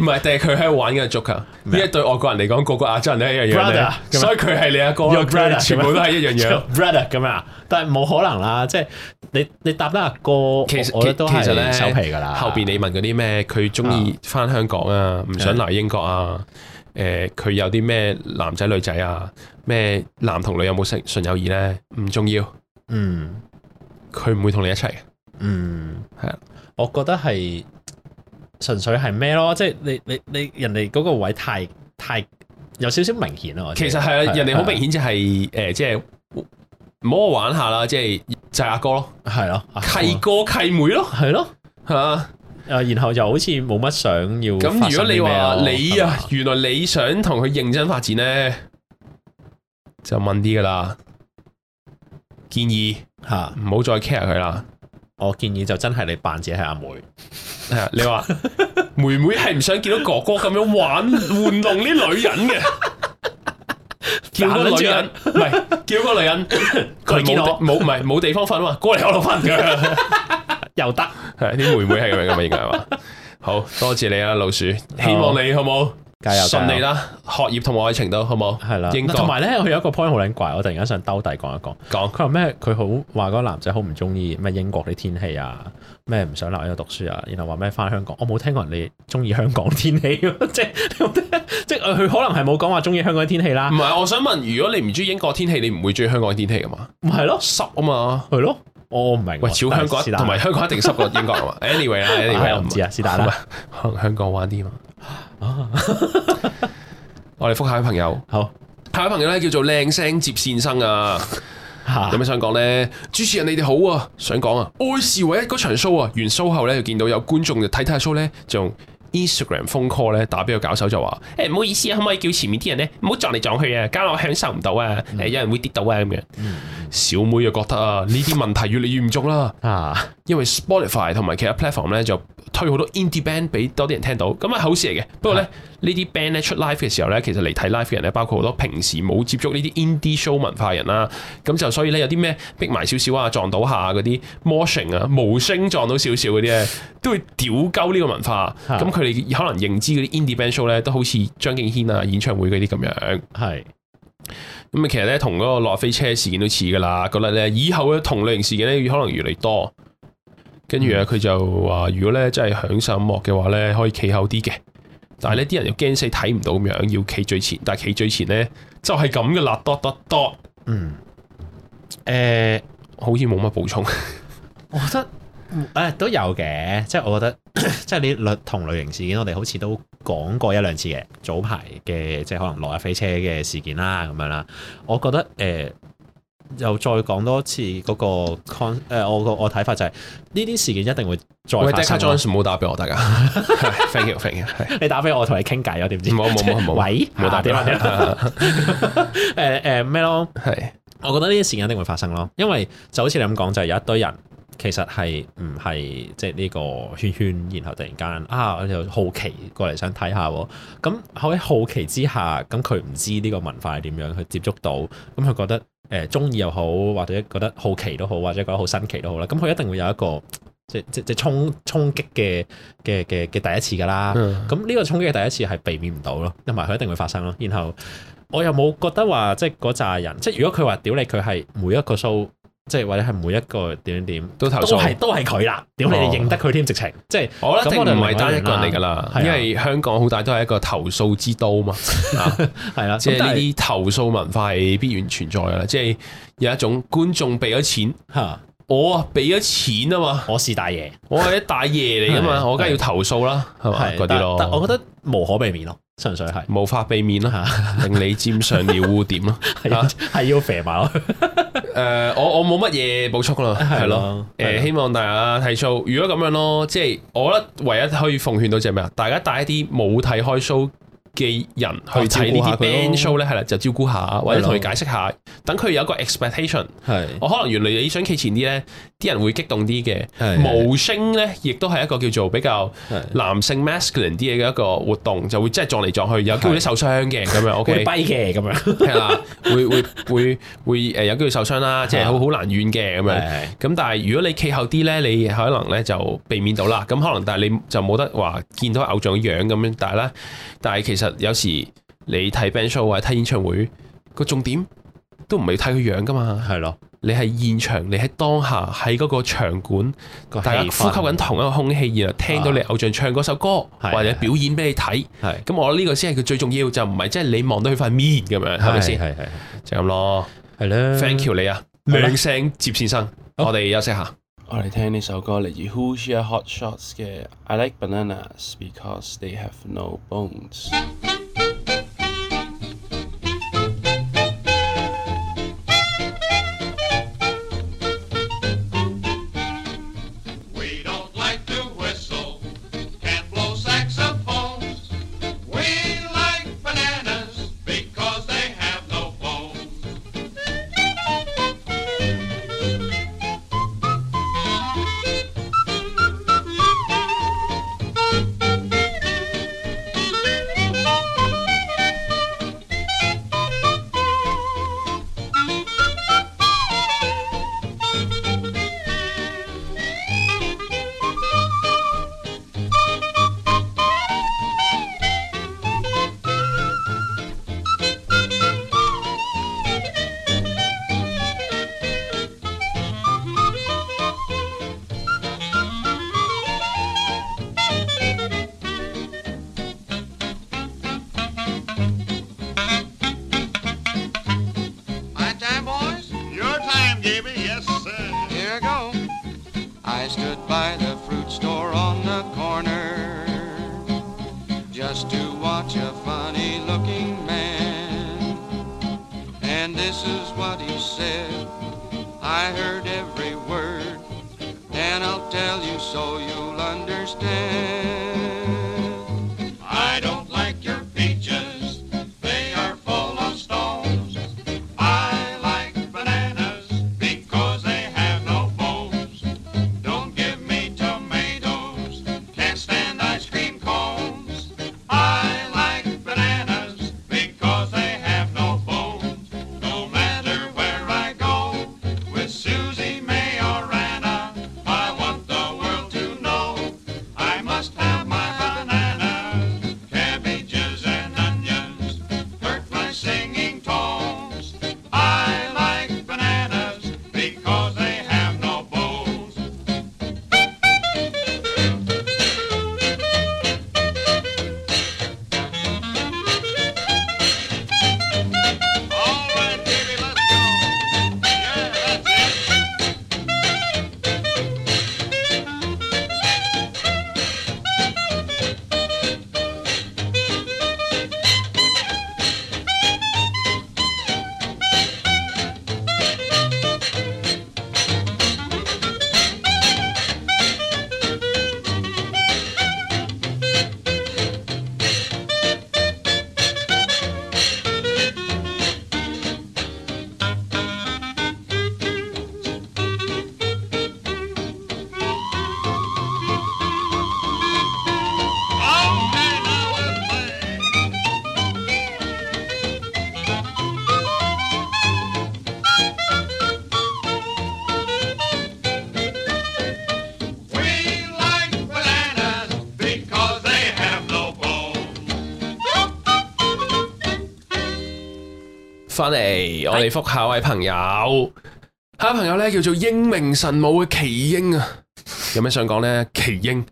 [SPEAKER 1] 唔係，定係佢喺度玩緊足球？呢一對外國人嚟講，個個亞洲人都係一樣樣
[SPEAKER 3] 啊 Brother，咁
[SPEAKER 1] 嚟，所以佢係你阿哥啦，
[SPEAKER 3] Your brother，
[SPEAKER 1] 佢哋全部都係一樣
[SPEAKER 3] *laughs*
[SPEAKER 1] 樣。
[SPEAKER 3] brother 咁啊，但係冇可能啦，即係你你搭得阿哥，
[SPEAKER 1] 其實
[SPEAKER 3] 我我覺得都
[SPEAKER 1] 其實咧
[SPEAKER 3] 係收皮㗎啦。
[SPEAKER 1] 後邊你問嗰啲咩，佢中意翻香港啊，唔想留英國啊。誒，佢、有啲咩男仔女仔啊？咩男同女有冇性純友誼咧？唔重要，
[SPEAKER 3] 嗯
[SPEAKER 1] 佢唔會同你一齊。
[SPEAKER 3] 嗯
[SPEAKER 1] 係啊，
[SPEAKER 3] 我覺得係純粹係咩咯？即係你你你人哋嗰個位太太有少少明顯啦。我覺
[SPEAKER 1] 其
[SPEAKER 3] 得
[SPEAKER 1] 實係啊，人哋好明顯
[SPEAKER 3] 顯
[SPEAKER 1] 就係、誒、即係唔好我玩下啦，即係就係、阿哥咯，
[SPEAKER 3] 係咯，阿哥
[SPEAKER 1] 契哥契妹咯，
[SPEAKER 3] 係咯。
[SPEAKER 1] 係嘛？
[SPEAKER 3] 誒，然後就好似冇乜想要。
[SPEAKER 1] 咁如果你話你啊，
[SPEAKER 3] 係嘛，
[SPEAKER 1] 原來你想同佢認真發展咧，就問啲噶啦，建議
[SPEAKER 3] *laughs* 嚇，
[SPEAKER 1] 唔好再 care 佢啦。
[SPEAKER 3] 我建議就真係你扮自己係阿妹，
[SPEAKER 1] 係啊，你話妹妹係唔想見到哥哥咁樣玩玩弄啲女人嘅，叫個女人唔係叫個女人，
[SPEAKER 3] 佢
[SPEAKER 1] 佢
[SPEAKER 3] 嚟見
[SPEAKER 1] 冇
[SPEAKER 3] 我
[SPEAKER 1] 地冇唔係冇地方瞓嘛，過嚟我度瞓嘅，
[SPEAKER 3] 又得。
[SPEAKER 1] 係啲妹妹係咁樣噶嘛，應該係
[SPEAKER 3] *laughs*
[SPEAKER 1] 嘛？好多謝你啊，老鼠，希望你好冇
[SPEAKER 3] 加油
[SPEAKER 1] 順利
[SPEAKER 3] 加油
[SPEAKER 1] 啦，學業同埋愛情都好冇，
[SPEAKER 3] *laughs* 係啦，
[SPEAKER 1] 英國
[SPEAKER 3] 同埋咧，佢有一個 point 好撚怪，我突然間想兜底講一講。
[SPEAKER 1] 講
[SPEAKER 3] 佢話咩？佢好話嗰個男仔好唔中意咩英國啲天氣啊，咩唔想留喺度讀書啊，然後話咩翻香港。我冇聽過人哋中意香港天氣喎， *laughs* 即係即係佢 *laughs* 可能係冇講話中意香港天氣啦
[SPEAKER 1] 唔，係，我想問，如果你唔中意英國天氣，你唔會中意香港天氣噶嘛？
[SPEAKER 3] 唔係咯，
[SPEAKER 1] 濕啊嘛，
[SPEAKER 3] 係咯，我唔明喎。
[SPEAKER 1] 喂，超香港
[SPEAKER 3] 但係是但
[SPEAKER 1] 同埋香港一定濕過英國啊
[SPEAKER 3] *laughs*
[SPEAKER 1] 嘛。anyway 啦
[SPEAKER 3] 係
[SPEAKER 1] ，anyway
[SPEAKER 3] 我唔知啊是但啦
[SPEAKER 1] 唔係 *laughs* 可能香港玩啲
[SPEAKER 3] *laughs*
[SPEAKER 1] 嘛。我哋覆下一位朋友，
[SPEAKER 3] 好
[SPEAKER 1] 下一位朋友咧叫做靚聲接線生啊，
[SPEAKER 3] 嚇
[SPEAKER 1] 有咩想講咧？主持人你哋好啊，想講啊，愛是唯一嗰場 show 啊，完 show 後咧就見到有觀眾就睇睇下 show 咧，就用 Instagram 封 call 咧打俾個搞手就話：誒唔好意思啊，可唔可以叫前面啲人咧唔好撞嚟撞去啊，搞到我享受唔到啊，誒有人會跌倒啊咁樣。小妹就覺得啊，呢啲問題越嚟越嚴重啦。
[SPEAKER 3] 啊
[SPEAKER 1] 因為 Spotify 同埋其他 platform 咧就推好多 indie band 俾多啲人聽到，咁啊係好事嚟嘅。不過咧呢啲 band 咧出 live 嘅時候咧，其實嚟睇 live 嘅人咧，包括好多平時冇接觸呢啲 indie show 文化嘅人啦，咁就所以咧有啲咩逼埋少少啊，撞到下嗰啲 moshing 啊，無聲撞到少少嗰啲咧，都會屌鳩呢個文化。
[SPEAKER 3] 啊
[SPEAKER 1] 咁佢哋可能認知嗰啲 indie band show 咧，都好似張敬軒啊演唱會嗰啲咁樣。
[SPEAKER 3] 係
[SPEAKER 1] 咁啊，其實咧同嗰個落飛車事件都似噶啦，覺得咧以後嘅同類型事件咧，可能越嚟越多。跟住啊，佢就話如果咧真係享受音樂嘅話咧，可以企後啲嘅。但係呢啲人又驚死睇唔到咁樣，要企最前。但係企最前咧就係咁嘅啦，多多多，
[SPEAKER 3] 嗯誒。
[SPEAKER 1] 好似冇乜補 *laughs* 充。
[SPEAKER 3] 我覺得誒、都有嘅，即係我覺得即係呢類同類型事件，我哋好似都講過一兩次嘅，早排嘅即係可能落日飛車嘅事件啦咁樣啦。我覺得誒、又再講多次嗰個 con 誒、我個我睇法就係呢啲事件一定會
[SPEAKER 1] 喂
[SPEAKER 3] 再發
[SPEAKER 1] ，Decca
[SPEAKER 3] 生咯。
[SPEAKER 1] Johnson 唔好打俾我， *laughs* 大家。thank you，thank you 啊係。啊
[SPEAKER 3] 你打俾我同你傾偈，我點知？
[SPEAKER 1] 唔好唔好唔好唔好
[SPEAKER 3] 喂，
[SPEAKER 1] 唔好打俾
[SPEAKER 3] 點
[SPEAKER 1] 我
[SPEAKER 3] 啊點啊？誒誒咩咯？
[SPEAKER 1] 係啊
[SPEAKER 3] 我覺得呢啲事件一定會發生咯，因為就好似你咁講，就係、有一堆人其實係唔係即係呢個圈圈，然後突然間啊，我就好奇過嚟想睇下喎。咁喺好奇之下，咁佢唔知呢個文化係點樣去接觸到，咁佢覺得誒中意又好，或者覺得好奇都好，或者覺得好新奇都好啦。咁佢一定會有一個即即即衝衝擊嘅嘅嘅嘅第一次㗎啦。
[SPEAKER 1] 嗯
[SPEAKER 3] 咁呢個衝擊嘅第一次係避免唔到咯，同埋佢一定會發生咯。然後我又冇覺得話即係嗰扎人，即係如果佢話屌你，佢係每一個 show，即係或者係每一個點點點，
[SPEAKER 1] 都投
[SPEAKER 3] 都係
[SPEAKER 1] 訴。
[SPEAKER 3] 都係佢啦。屌你，
[SPEAKER 1] 哦
[SPEAKER 3] 你認得佢添，直情即係
[SPEAKER 1] 我覺得一
[SPEAKER 3] 咁我哋
[SPEAKER 1] 定唔係
[SPEAKER 3] 明白
[SPEAKER 1] 單一個人嚟㗎啦
[SPEAKER 3] 啦，係啊
[SPEAKER 1] 因為香港好大都係一個投訴之都嘛。啊
[SPEAKER 3] 係啦。
[SPEAKER 1] 即係
[SPEAKER 3] 咁但
[SPEAKER 1] 呢啲投訴文化係必然存在噶啦，即係有一種觀眾俾咗錢，
[SPEAKER 3] 嚇，
[SPEAKER 1] 我啊俾咗錢啊嘛，
[SPEAKER 3] 我是大爺，
[SPEAKER 1] 我係一大爺嚟噶嘛，
[SPEAKER 3] 係
[SPEAKER 1] 我梗係要投訴啦，係嘛
[SPEAKER 3] 係
[SPEAKER 1] 哦嗰啲
[SPEAKER 3] 但但我
[SPEAKER 1] 咯。
[SPEAKER 3] 覺得無可避免咯。純粹係
[SPEAKER 1] 無法避免啦，令你沾上了污點
[SPEAKER 3] *laughs*
[SPEAKER 1] 啦。啊
[SPEAKER 3] 係係要肥埋落去，
[SPEAKER 1] 誒、我我冇乜嘢補充啦，
[SPEAKER 3] 係
[SPEAKER 1] 係
[SPEAKER 3] 咯
[SPEAKER 1] 咯。誒、
[SPEAKER 3] 係咯
[SPEAKER 1] 希望大家睇 show。如果咁樣咯，即係我覺得唯一可以奉勸到就係咩啊？大家帶一啲冇睇開 show 嘅人去睇呢啲
[SPEAKER 3] 照顧下佢咯
[SPEAKER 1] band show 咧，係啦，就照顧下，或者
[SPEAKER 3] 係咯
[SPEAKER 1] 同佢解釋下，等佢有一個 expectation。
[SPEAKER 3] 係
[SPEAKER 1] 哦我可能原來你想企前啲咧，啲人會激動啲嘅。
[SPEAKER 3] 係
[SPEAKER 1] 無聲咧，亦都係一個叫做比較
[SPEAKER 3] 係
[SPEAKER 1] 男性 masculine 啲嘅一個活動，就會即係撞嚟撞去，有機會啲受傷嘅咁樣。
[SPEAKER 3] 會
[SPEAKER 1] OK，
[SPEAKER 3] 跛嘅咁樣，
[SPEAKER 1] 係
[SPEAKER 3] *laughs*
[SPEAKER 1] 啦，會會會會誒有機會受傷啦，即係好好難遠嘅咁樣。
[SPEAKER 3] 係
[SPEAKER 1] 咁但係如果你企後啲咧，你可能咧就避免到啦。咁可能但係你就冇得話見到偶像樣咁樣，但係咧，但係其實有時你睇 band show 或者睇演唱會個重點都唔係睇佢樣噶嘛。
[SPEAKER 3] 係咯，
[SPEAKER 1] 你係現場，你喺當下喺嗰個場館，
[SPEAKER 3] 個
[SPEAKER 1] 大家
[SPEAKER 3] 氣
[SPEAKER 1] 呼
[SPEAKER 3] 氛
[SPEAKER 1] 吸緊同一個空氣，然後聽到你偶像唱嗰首歌
[SPEAKER 3] 係
[SPEAKER 1] 或者表演俾你睇，
[SPEAKER 3] 係
[SPEAKER 1] 咁我覺得呢個先係佢最重要，就唔係即係你望到佢塊面咁樣，係咪先？
[SPEAKER 3] 係係
[SPEAKER 1] 就咁咯。
[SPEAKER 3] 係啦
[SPEAKER 1] Thank you 你啊，靚聲接先生，我哋休息下。
[SPEAKER 5] 我哋聽呢首歌嚟自 Who's Your Hot Shots 嘅 I Like Bananas Because They Have No Bones。
[SPEAKER 6] We don't like to whistle, can't blow saxophones. We like bananas because they have no bones. My time, boys? Your time, Gaby, yes, sir. Here go. I stood by the fruit store on the corner just to watch a funny looking man. And this is what he said. I heard every word, and I'll tell you so you'll understand. I don't like your peaches, they are full of stones. I like bananas because they have no bones. Don't give me tomatoes, can't stand ice cream cones. I like bananas because they have no bones. No matter where I go, with Susie May or Anna, I want the world to know. I must have my bananas, cabbages and onions, hurt my singing tones. I like bananas because they have no bones. All right, baby, let's go. Yeah, that's it. Okay, now we'll play. We like bananas because they have no bones.
[SPEAKER 1] 翻嚟，我哋覆下位朋友，下一位朋友咧叫做英明神武嘅奇英啊，有咩想講咧？奇英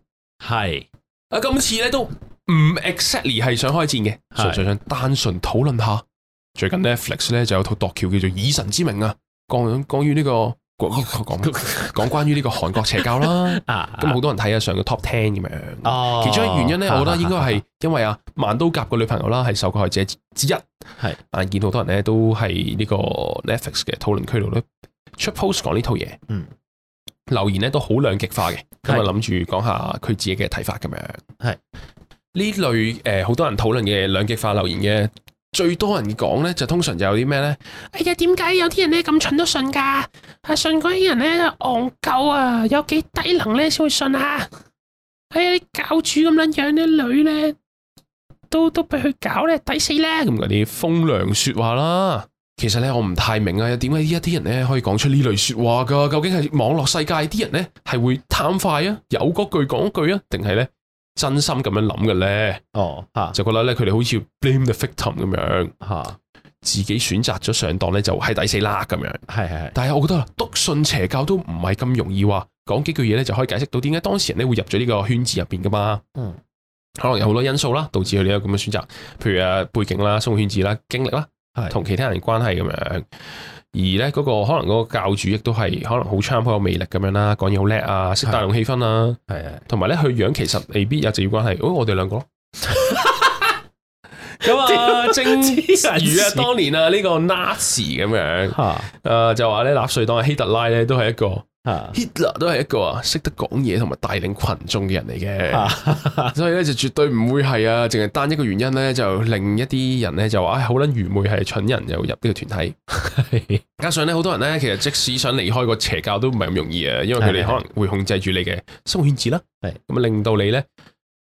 [SPEAKER 3] 係
[SPEAKER 1] 啊，今次咧都唔 exactly 係想開戰嘅，
[SPEAKER 3] 係
[SPEAKER 1] 純粹想單純討論下。最近 Netflix 咧就有套度橋叫做《以神之名》啊，講講於呢個講講講關於呢個韓國邪教啦。
[SPEAKER 3] *laughs* 啊，
[SPEAKER 1] 咁好多人睇啊，上個 top ten 咁樣。
[SPEAKER 3] 哦
[SPEAKER 1] 其中一個原因咧，我覺得應該
[SPEAKER 3] 係 *laughs*
[SPEAKER 1] 係因為啊，萬刀甲個女朋友啦，係受害者之一。係眼見好多人咧都係呢個 Netflix 嘅討論區度咧出 post 講呢套嘢，
[SPEAKER 3] 嗯，
[SPEAKER 1] 留言咧都好兩極化嘅，咁啊
[SPEAKER 3] 係
[SPEAKER 1] 諗住講下佢自己嘅睇法咁樣。
[SPEAKER 3] 係
[SPEAKER 1] 呢類誒好、多人討論嘅兩極化留言嘅。最多人講咧，就通常就有啲咩咧？
[SPEAKER 4] 哎呀，點解有啲人咧咁蠢都信㗎？啊，信嗰啲人咧戇鳩啊，有幾低能咧先會信啊！哎呀，啲教主咁撚樣啲女咧，都都俾佢搞咧，抵死咧！
[SPEAKER 1] 咁嗰啲風涼説話啦。其實咧，我唔太明啊，點解依一啲人咧可以講出呢類説話噶？究竟係網絡世界啲人咧係會貪快啊，有嗰句講句啊，定係咧真心咁樣諗嘅咧？
[SPEAKER 3] 哦嚇
[SPEAKER 1] 就覺得咧佢哋好似 blame the victim 咁樣，
[SPEAKER 3] 嚇，
[SPEAKER 1] 自己選擇咗上當咧就係抵死啦咁樣。
[SPEAKER 3] 係係係
[SPEAKER 1] 但係我覺得啦，篤信邪教都唔係咁容易話講幾句嘢咧，就可以解釋到點解當事人咧會入咗呢個圈子入邊噶嘛。
[SPEAKER 3] 嗯，
[SPEAKER 1] 可能有好多因素啦，導致佢哋有咁嘅選擇，譬如誒背景啦、生活圈子啦、經歷啦
[SPEAKER 3] 係，
[SPEAKER 1] 同其他人關係咁樣。而咧嗰、個可能嗰個教主亦都係可能好 charm 好有魅力咁樣啦，講嘢好叻啊，識帶動氣氛啊，
[SPEAKER 3] 係係
[SPEAKER 1] 同埋咧佢樣其實未必有直接關係。哦，我哋兩個咯。咁 *laughs* 啊，正如啊，當年啊，呢、個 Nazi 咁樣，
[SPEAKER 3] 嚇
[SPEAKER 1] 誒、呃就話咧，納粹黨嘅希特拉咧，都係一個
[SPEAKER 3] 嚇
[SPEAKER 1] Hitler 都係一個啊，識得講嘢同埋帶領群眾嘅人嚟嘅，
[SPEAKER 3] 嚇
[SPEAKER 1] *laughs* 所以咧就絕對唔會係啊，淨係單一個原因咧，就令一啲人咧就話，唉、好撚愚昧係蠢人又入呢個團 *laughs* 體。加上咧，好多人咧，其實即使想離開個邪教都唔係咁容易啊，因為佢哋
[SPEAKER 3] 係係
[SPEAKER 1] 可能會控制住你嘅生活圈子啦，
[SPEAKER 3] 係
[SPEAKER 1] 咁啊令到你咧，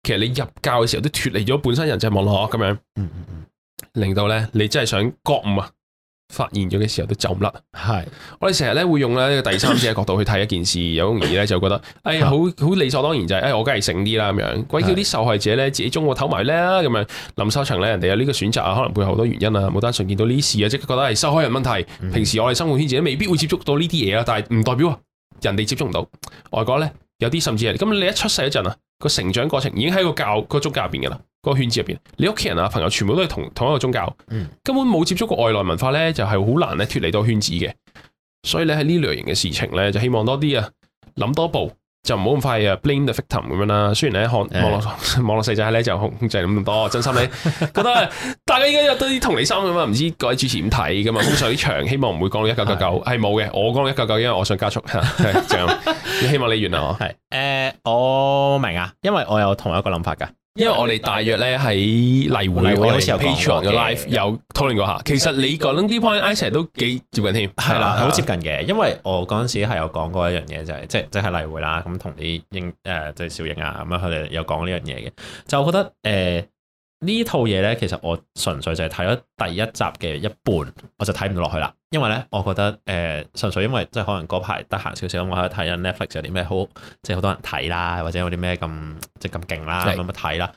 [SPEAKER 1] 其實你入教嘅時候都脱離咗本身人際網絡咁樣，
[SPEAKER 3] 嗯嗯嗯
[SPEAKER 1] 令到咧你真係想覺悟啊，發現咗嘅時候都走唔甩。
[SPEAKER 3] 係
[SPEAKER 1] 我哋成日咧會用咧第三者嘅角度去睇一件事，有好容易咧就覺得，哎呀，好好理所當然就係、哎，我梗係醒啲啦咁樣。鬼叫啲受害者咧自己中我唞埋咧咁樣。臨收場咧，人哋有呢個選擇啊，可能背後好多原因啊，冇單純見到呢啲事啊，即刻覺得係受害人問題。
[SPEAKER 3] 嗯
[SPEAKER 1] 平時我哋生活圈子未必會接觸到呢啲嘢啊，但係唔代表啊人哋接觸唔到。外國咧有啲甚至係咁，你一出世嗰陣啊，個成長過程已經喺個教個宗教入邊㗎啦，個圈子入邊，你屋企人啊朋友全部都係同同一個宗教，
[SPEAKER 3] 嗯
[SPEAKER 1] 根本冇接觸過外來文化咧，就係好難咧脱離到圈子嘅。所以咧喺呢類型嘅事情咧，就希望多啲啊諗多步。就唔好咁快啊，blame the victim 咁樣啦。雖然咧，看網絡 *laughs* 網絡世界咧就控控制唔咁多，真心咧覺得大家應該有多啲同理心咁啊嘛。唔知各位主持點睇咁啊？通常啲場希望唔會講到一九九九，係冇嘅。我講到一九九，因為我想加速，係就咁你希望你完啦，我
[SPEAKER 3] 係誒，我明啊，因為我有同一個諗法㗎。
[SPEAKER 1] 因為我哋大約咧喺例會，
[SPEAKER 3] 例會
[SPEAKER 1] 我哋
[SPEAKER 3] 好似有講
[SPEAKER 1] Patreon 嘅
[SPEAKER 3] 過嘅
[SPEAKER 1] live 有討論過下。其實你講呢 point i s a 都幾接近添，
[SPEAKER 3] 係啦，好接近嘅，因為我嗰陣時係有講過一樣嘢，就係即係即係例會啦，咁同啲英誒即係小英啊咁樣，佢哋有講呢樣嘢嘅，就我覺得誒、呃呢套嘢咧，其實我純粹就係睇咗第一集嘅一半，我就睇唔到落去啦，因為咧，我覺得誒、呃、純粹因為即係可能嗰排得閒少少，咁我喺度睇緊 Netflix 有啲咩好，即係好多人睇啦，或者有啲咩咁即係咁勁啦，
[SPEAKER 1] 係
[SPEAKER 3] 咁樣睇啦，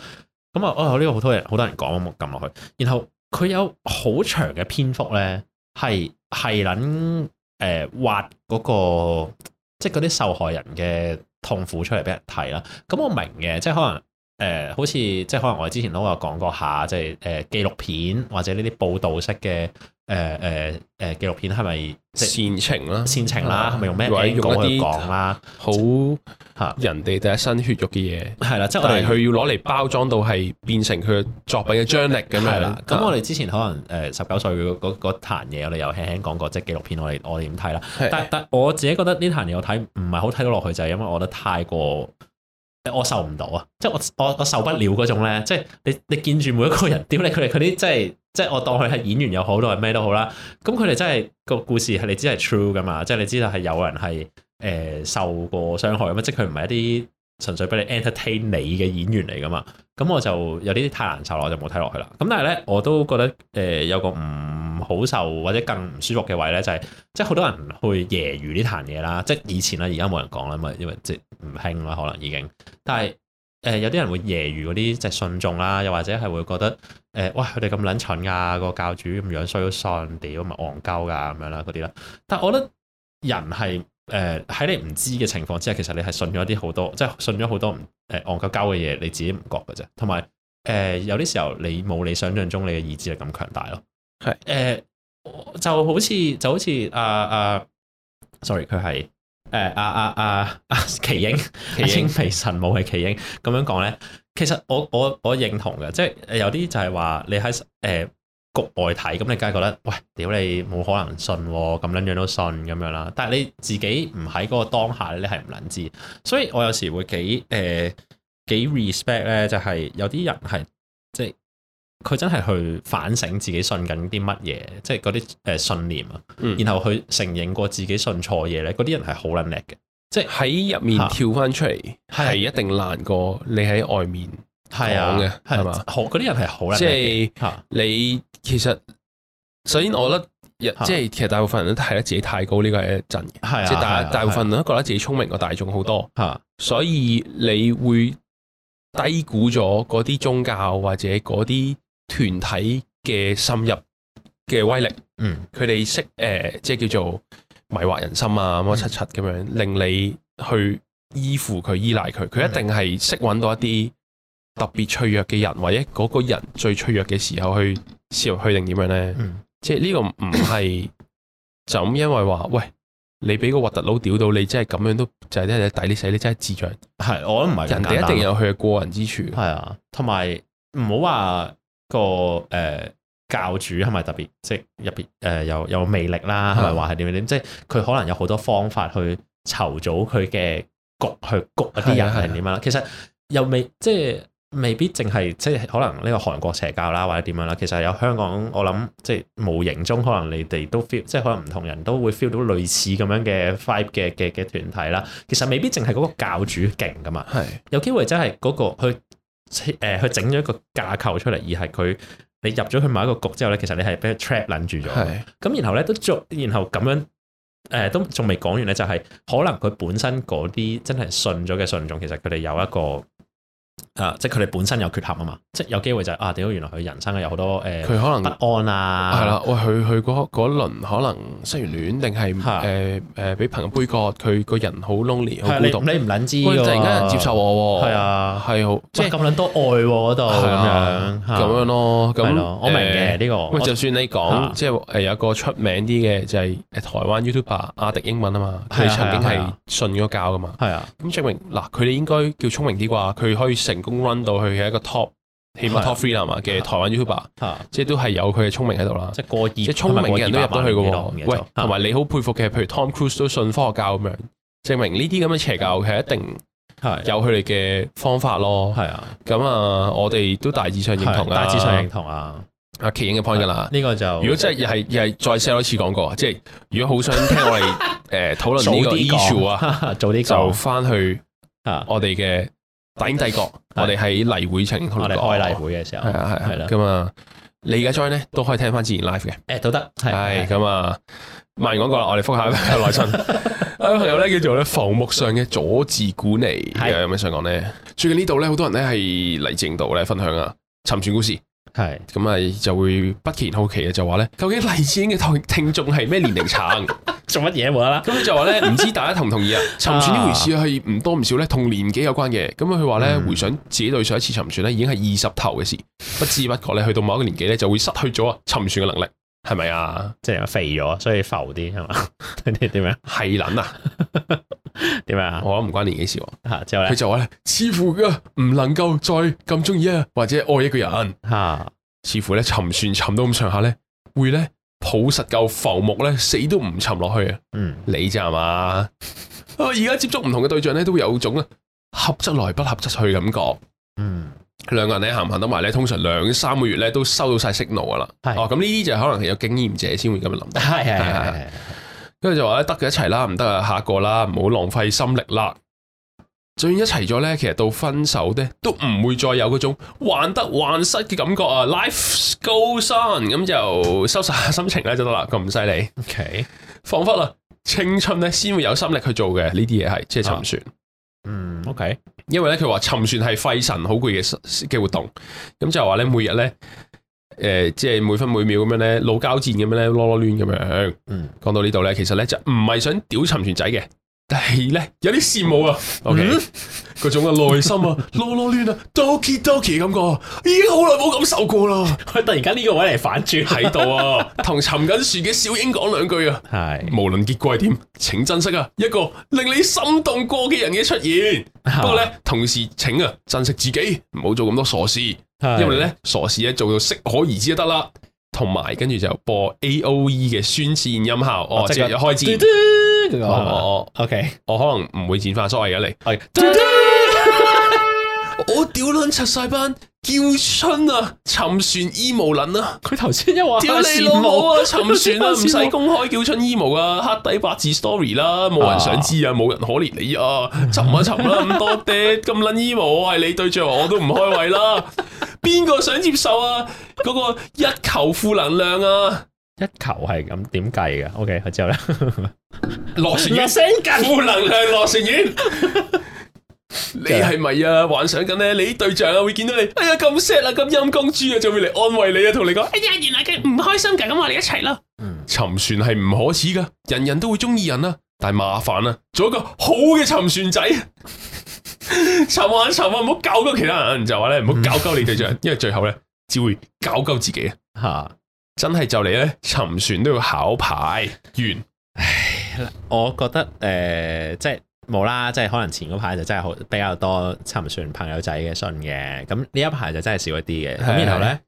[SPEAKER 3] 咁啊哦呢個好多人好多人講，咁我撳落去，然後佢有好長嘅篇幅咧。係係撚誒挖嗰個即係嗰啲受害人嘅痛苦出嚟俾人睇啦。咁我明嘅，即係可能誒、呃好似即係可能我哋之前都有講過下，即係誒、呃、紀錄片或者呢啲報導式嘅誒誒誒紀錄片係咪即係
[SPEAKER 1] 煽情啦，
[SPEAKER 3] 煽情啦？係咪用咩
[SPEAKER 1] 或者用
[SPEAKER 3] angle
[SPEAKER 1] 一啲
[SPEAKER 3] 去講啦？
[SPEAKER 1] 好
[SPEAKER 3] 嚇
[SPEAKER 1] 人哋第一身血肉嘅嘢。
[SPEAKER 3] 係啦，即係我
[SPEAKER 1] 但
[SPEAKER 3] 哋
[SPEAKER 1] 係佢要攞嚟包裝到係變成佢嘅作品嘅張力咁
[SPEAKER 3] 係
[SPEAKER 1] 樣啊
[SPEAKER 3] 啦，咁我哋之前可能呃誒十九歲嗰嗰嗰壇嘢，我哋有輕輕講過，即係紀錄片我哋我哋點睇啦。
[SPEAKER 1] 係
[SPEAKER 3] 但但我自己覺得呢壇嘢我睇唔係好睇到落去，就係因為我覺得太過誒我受唔到啊！即係我我我受不了嗰種咧，即係你你見住每一個人，屌你佢哋佢啲即係即係我當佢係演員又好，當係咩都好啦。咁佢哋真係個故事係你知係 true 噶嘛，即係你知道係有人係誒、呃受過傷害咁啊，即係佢唔係一啲純粹俾你 entertain 你嘅演員嚟噶嘛。咁我就呃有啲太難受啦，我就冇睇落去啦。咁但係咧，我都覺得誒、呃有個唔好受或者更唔舒服嘅位咧，就係、即係好多人去揶揄呢壇嘢啦。即係以前啦，而家冇人講啦，因為因為即係唔興啦，可能已經。但係誒、呃有啲人會揶揄嗰啲即係信眾啦，又或者係會覺得誒、呃哇佢哋咁撚蠢㗎，個教主咁樣衰都信，屌咪戇鳩㗎咁樣啦嗰啲啦。但係我覺得人係誒呃喺你唔知嘅情況之下，其實你係信咗啲好多，即係信咗好多唔誒戇鳩鳩嘅嘢，你自己唔覺嘅啫。同埋誒呃有啲時候你冇你想象中你嘅意志力咁強大咯。
[SPEAKER 1] 係
[SPEAKER 3] 誒、就好似就好似啊啊 sorry，佢係呃啊誒阿阿阿阿奇英，阿青皮神武係奇英咁樣講咧。其實我我我認同嘅，即係有啲就係話你喺誒、局外睇，咁你梗係覺得喂，屌你冇可能信喎，咁樣樣都信咁樣啦。但係你自己唔喺嗰個當下咧，你係唔撚知。所以我有時會幾呃誒、幾 respect 咧，就係、有啲人係即係。佢真係去反省自己信緊啲乜嘢，即係嗰啲誒信念啊，
[SPEAKER 1] 嗯
[SPEAKER 3] 然後佢承認過自己信錯嘢咧，嗰啲人係好撚叻嘅，
[SPEAKER 1] 喺入面跳翻出嚟，
[SPEAKER 3] 係
[SPEAKER 1] 係一定難過你喺外面。
[SPEAKER 3] 係
[SPEAKER 1] 講嘅
[SPEAKER 3] 啊，
[SPEAKER 1] 係
[SPEAKER 3] 係
[SPEAKER 1] 嘛
[SPEAKER 3] 嘛，好嗰啲人係好撚叻嘅，
[SPEAKER 1] 即係
[SPEAKER 3] 嚇
[SPEAKER 1] 你其實首先，我覺得日
[SPEAKER 3] 嚇
[SPEAKER 1] 即係其實大部分人都睇得自己太高，呢個係一陣嘅。
[SPEAKER 3] 係啊，
[SPEAKER 1] 即係大
[SPEAKER 3] 係啊
[SPEAKER 1] 大部分人都覺得自己聰明過大眾好多，
[SPEAKER 3] 係啊
[SPEAKER 1] 所以你會低估咗嗰啲宗教或者嗰啲團體嘅深入嘅威力。
[SPEAKER 3] 嗯
[SPEAKER 1] 佢哋識誒、呃即係叫做迷惑人心
[SPEAKER 3] 嗯
[SPEAKER 1] 啊，乜七七咁樣，令你去依附佢、依賴佢。
[SPEAKER 3] 嗯
[SPEAKER 1] 佢一定係識揾到一啲特別脆弱嘅人，或者嗰個人最脆弱嘅時候去涉入去定點樣呢？
[SPEAKER 3] 嗯
[SPEAKER 1] 即係呢個唔係就咁，因為話喂，你俾個核突佬屌到你，真係咁樣都就係咧抵你死，你真係智障。
[SPEAKER 3] 係，我都唔係咁
[SPEAKER 1] 人哋
[SPEAKER 3] 簡
[SPEAKER 1] 一
[SPEAKER 3] 單啊
[SPEAKER 1] 定有佢嘅過人之處。
[SPEAKER 3] 係啊，同埋唔好話個誒、呃教主係咪特別即係入邊誒有有魅力啦，係咪話係點樣點？即係佢可能有好多方法去籌組佢嘅局去谷一啲
[SPEAKER 1] 係啊
[SPEAKER 3] 人
[SPEAKER 1] 係啊
[SPEAKER 3] 係點樣啦。其實又未即係。未必淨係即係可能呢個韓國邪教啦，或者點樣啦，其實有香港，我諗即係無形中可能你哋都 feel，即係可能唔同人都會 feel 到類似咁樣嘅 vibe 嘅嘅嘅團體啦。其實未必淨係嗰個教主勁噶嘛，
[SPEAKER 1] 係
[SPEAKER 3] 有機會真係嗰、個佢誒佢整咗一個架構出嚟，而係佢你入咗佢某一個局之後咧，其實你係俾佢 trap 撚住咗。
[SPEAKER 1] 係
[SPEAKER 3] 咁然後咧都做，然後咁樣誒、都仲未講完咧，就係、可能佢本身嗰啲真係信咗嘅信眾，其實佢哋有一個啊，即係佢哋本身有缺陷啊嘛，即係有機會就係、啊，屌原來佢人生有好多誒、
[SPEAKER 1] 佢可能
[SPEAKER 3] 不安啊，
[SPEAKER 1] 係啦，喂，佢佢嗰嗰輪可能失完戀，定係
[SPEAKER 3] 嚇
[SPEAKER 1] 誒誒俾朋友杯葛，佢個人好 lonely，好
[SPEAKER 3] 係，
[SPEAKER 1] 孤
[SPEAKER 3] 你
[SPEAKER 1] 獨。
[SPEAKER 3] 你唔撚知
[SPEAKER 1] 喂，
[SPEAKER 3] 㗎
[SPEAKER 1] 突然間
[SPEAKER 3] 喎
[SPEAKER 1] 接受我喎，
[SPEAKER 3] 係啊
[SPEAKER 1] 係好，即
[SPEAKER 3] 哇
[SPEAKER 1] 係
[SPEAKER 3] 咁撚多愛喎嗰度
[SPEAKER 1] 係
[SPEAKER 3] 咁
[SPEAKER 1] 啊
[SPEAKER 3] 樣
[SPEAKER 1] 咁樣咯。
[SPEAKER 3] 係
[SPEAKER 1] 咁
[SPEAKER 3] 咯，我明嘅
[SPEAKER 1] 誒
[SPEAKER 3] 呢個。
[SPEAKER 1] 喂，
[SPEAKER 3] 我
[SPEAKER 1] 就算你
[SPEAKER 3] 嚇
[SPEAKER 1] 講即係誒有一個出名啲嘅就係誒台灣 YouTuber 阿迪英文啊嘛，
[SPEAKER 3] 係啊
[SPEAKER 1] 佢曾經
[SPEAKER 3] 係
[SPEAKER 1] 係
[SPEAKER 3] 啊
[SPEAKER 1] 信咗教噶嘛。
[SPEAKER 3] 係啊，
[SPEAKER 1] 咁證明嗱，佢哋應該叫聰明啲啩，佢可以成功 run 到去一個 top，起
[SPEAKER 3] 係
[SPEAKER 1] 碼
[SPEAKER 3] 啊
[SPEAKER 1] top three 啦嘛嘅
[SPEAKER 3] 係啊
[SPEAKER 1] 台灣 YouTuber，
[SPEAKER 3] 嚇，
[SPEAKER 1] 即係都係有佢嘅聰明喺度啦。
[SPEAKER 3] 即係過熱，
[SPEAKER 1] 即係聰明嘅人都入到去嘅
[SPEAKER 3] 唔記啊
[SPEAKER 1] 喎。
[SPEAKER 3] 得咗
[SPEAKER 1] 喂，同埋你好佩服嘅，譬如 Tom Cruise 都信科學教咁樣，證明呢啲咁嘅邪教係啊一定
[SPEAKER 3] 係
[SPEAKER 1] 有佢哋嘅方法咯。
[SPEAKER 3] 係啊，
[SPEAKER 1] 咁啊，我哋都大致上認同
[SPEAKER 3] 係
[SPEAKER 1] 啊，
[SPEAKER 3] 大致上認同啊，
[SPEAKER 1] 阿奇影嘅 point 㗎啦。
[SPEAKER 3] 呢個就
[SPEAKER 1] 如果真係又係又係再 sell 一次廣告啊，即係如果好想聽
[SPEAKER 3] *laughs*
[SPEAKER 1] 我哋誒討論呢個 issue 啊，
[SPEAKER 3] 啊， *laughs* 早啲
[SPEAKER 1] 就
[SPEAKER 3] 講
[SPEAKER 1] 翻去
[SPEAKER 3] 啊，
[SPEAKER 1] 我哋嘅大英帝國，
[SPEAKER 3] 係
[SPEAKER 1] 我哋喺例會情討
[SPEAKER 3] 我
[SPEAKER 1] 論
[SPEAKER 3] 哋
[SPEAKER 1] 過
[SPEAKER 3] 開例會嘅時候
[SPEAKER 1] 係，啊係
[SPEAKER 3] 係
[SPEAKER 1] 啊
[SPEAKER 3] 啦，
[SPEAKER 1] 咁啊，你而家 join 咧都可以聽翻之前 live 嘅。
[SPEAKER 3] 誒都得，
[SPEAKER 1] 係
[SPEAKER 3] 係
[SPEAKER 1] 咁啊，賣完廣告啦，我哋
[SPEAKER 3] *laughs*
[SPEAKER 1] 覆下朋友來信。有位朋友咧叫做咧浮木上嘅佐治古尼，
[SPEAKER 3] 係
[SPEAKER 1] 有咩想講咧？最近呢度咧好多人咧係嚟正道咧分享啊沉船故事，
[SPEAKER 3] 係
[SPEAKER 1] 咁啊就會不期然好奇嘅就話咧，究竟黎智英嘅聽聽眾係咩年齡
[SPEAKER 3] *laughs*
[SPEAKER 1] 層？
[SPEAKER 3] 做乜嘢冇啦啦？
[SPEAKER 1] 咁就話咧，唔知大家同唔同
[SPEAKER 3] *laughs*
[SPEAKER 1] 意啊？沉船呢回事係唔多唔少咧，同年紀有關嘅。咁啊，佢話咧，
[SPEAKER 3] 嗯
[SPEAKER 1] 回想自己對上一次沉船咧，已經係二十頭嘅事，不知不覺咧，去到某一個年紀咧，就會失去咗啊沉船嘅能力，係咪啊？
[SPEAKER 3] 即係肥咗，所以浮啲係嘛？ *laughs* 你點樣
[SPEAKER 1] 係撚啊！
[SPEAKER 3] 點樣啊？
[SPEAKER 1] 我諗唔關年紀事喎，
[SPEAKER 3] 嚇之後
[SPEAKER 1] 佢
[SPEAKER 3] 咧
[SPEAKER 1] 就話咧，似乎啊唔能夠再咁中意啊，或者愛一個人，
[SPEAKER 3] 嚇
[SPEAKER 1] 似乎咧沉船沉到咁上下咧，會咧抱實嚿浮木咧，死都唔沉落去啊！
[SPEAKER 3] 嗯
[SPEAKER 1] 你咋嘛？ *laughs* 啊而家接觸唔同嘅對象咧，都會有種啊合則來不合則去嘅感覺。
[SPEAKER 3] 嗯
[SPEAKER 1] 兩個人咧行唔行得埋咧，通常兩三個月咧都收到晒 signal 噶啦。
[SPEAKER 3] 係
[SPEAKER 1] 哦，咁呢啲就可能係有經驗者先會咁樣諗。
[SPEAKER 3] 係係係係
[SPEAKER 1] 跟住就話咧，得嘅一齊啦，唔得啊下一個啦，唔好浪費心力啦。就算一齊咗咧，其實到分手咧都唔會再有嗰種患得患失嘅感覺啊。Life goes on，咁就收拾下 *laughs* 心情咧就得啦，咁犀利。
[SPEAKER 3] OK
[SPEAKER 1] 彷彿啊，青春咧先會有心力去做嘅呢啲嘢係，即係沉船。
[SPEAKER 3] 嗯
[SPEAKER 1] *laughs*
[SPEAKER 3] OK
[SPEAKER 1] 因為咧佢話沉船係費神好攰嘅嘅活動，咁就話咧每日咧，誒、即係每分每秒咁樣咧，老交戰咁樣咧，囉囉攣咁樣。
[SPEAKER 3] 嗯
[SPEAKER 1] 講到呢度咧，其實咧就唔係想屌沉船仔嘅，但係咧有啲羨慕啊，OK，嗰種嘅內心 *laughs* 啊，囉囉攣啊，doki doki 感覺，已經好耐冇感受過啦，
[SPEAKER 3] 佢突然間呢個位嚟反轉，
[SPEAKER 1] 喺 *laughs* 度啊，同沉緊船嘅小英講兩句啊，
[SPEAKER 3] 係
[SPEAKER 1] 無論結果係點，請珍惜啊，一個令你心動過嘅人嘅出現。不過咧，同時請啊珍惜自己，唔好做咁多傻事，
[SPEAKER 3] 係
[SPEAKER 1] 因為咧傻事咧做到適可而止就得啦。同埋跟住就播 A O E 嘅宣戰音效，哦，即係開
[SPEAKER 3] 嘟
[SPEAKER 1] 戰。
[SPEAKER 3] 嘟嗰啊個
[SPEAKER 1] 哦哦
[SPEAKER 3] o k
[SPEAKER 1] 我可能唔會剪翻，所謂嘅你。
[SPEAKER 3] 係
[SPEAKER 1] 我屌撚柒晒班叫春啊，沉船衣毛撚啊！
[SPEAKER 3] 佢頭
[SPEAKER 1] *laughs*
[SPEAKER 3] 先又話
[SPEAKER 1] 屌你
[SPEAKER 3] *laughs*
[SPEAKER 1] 老母啊！沉船啦，唔使公開叫春 emo 啊，黑底白字 story 啦，冇人想知啊，冇人可憐你啊，沉一沉啦，咁多爹咁撚 emo，我係你對象，我都唔開胃啦，邊個想接受啊？嗰、個一球負能量啊，
[SPEAKER 3] 一球係咁點計嘅？OK，之
[SPEAKER 1] *laughs*
[SPEAKER 3] 後咧，
[SPEAKER 1] 落船丸負能量落 *laughs* 船丸。你係咪啊？幻想緊咧，你啲對象啊會見到你，哎呀咁 sad 啊，咁陰公豬啊，就會嚟安慰你啊，同你講，
[SPEAKER 4] 哎呀，原來佢唔開心㗎，咁我哋一齊咯。
[SPEAKER 1] 沉船係唔可恥噶，人人都會中意人啦，但係麻煩啊，做一個好嘅沉船 *laughs* 仔，沉下沉下，唔好搞鳩其他人，就話咧唔好搞鳩你對象，因為最後咧只會搞鳩自己啊！
[SPEAKER 3] 嚇。
[SPEAKER 1] 真係就嚟咧沉船都要考牌完，
[SPEAKER 3] 我覺得誒、呃即係冇啦，即係可能前嗰排就真係好比較多沉船朋友仔嘅信嘅，咁呢一排就真係少一啲嘅。咁
[SPEAKER 1] 係
[SPEAKER 3] 然後咧，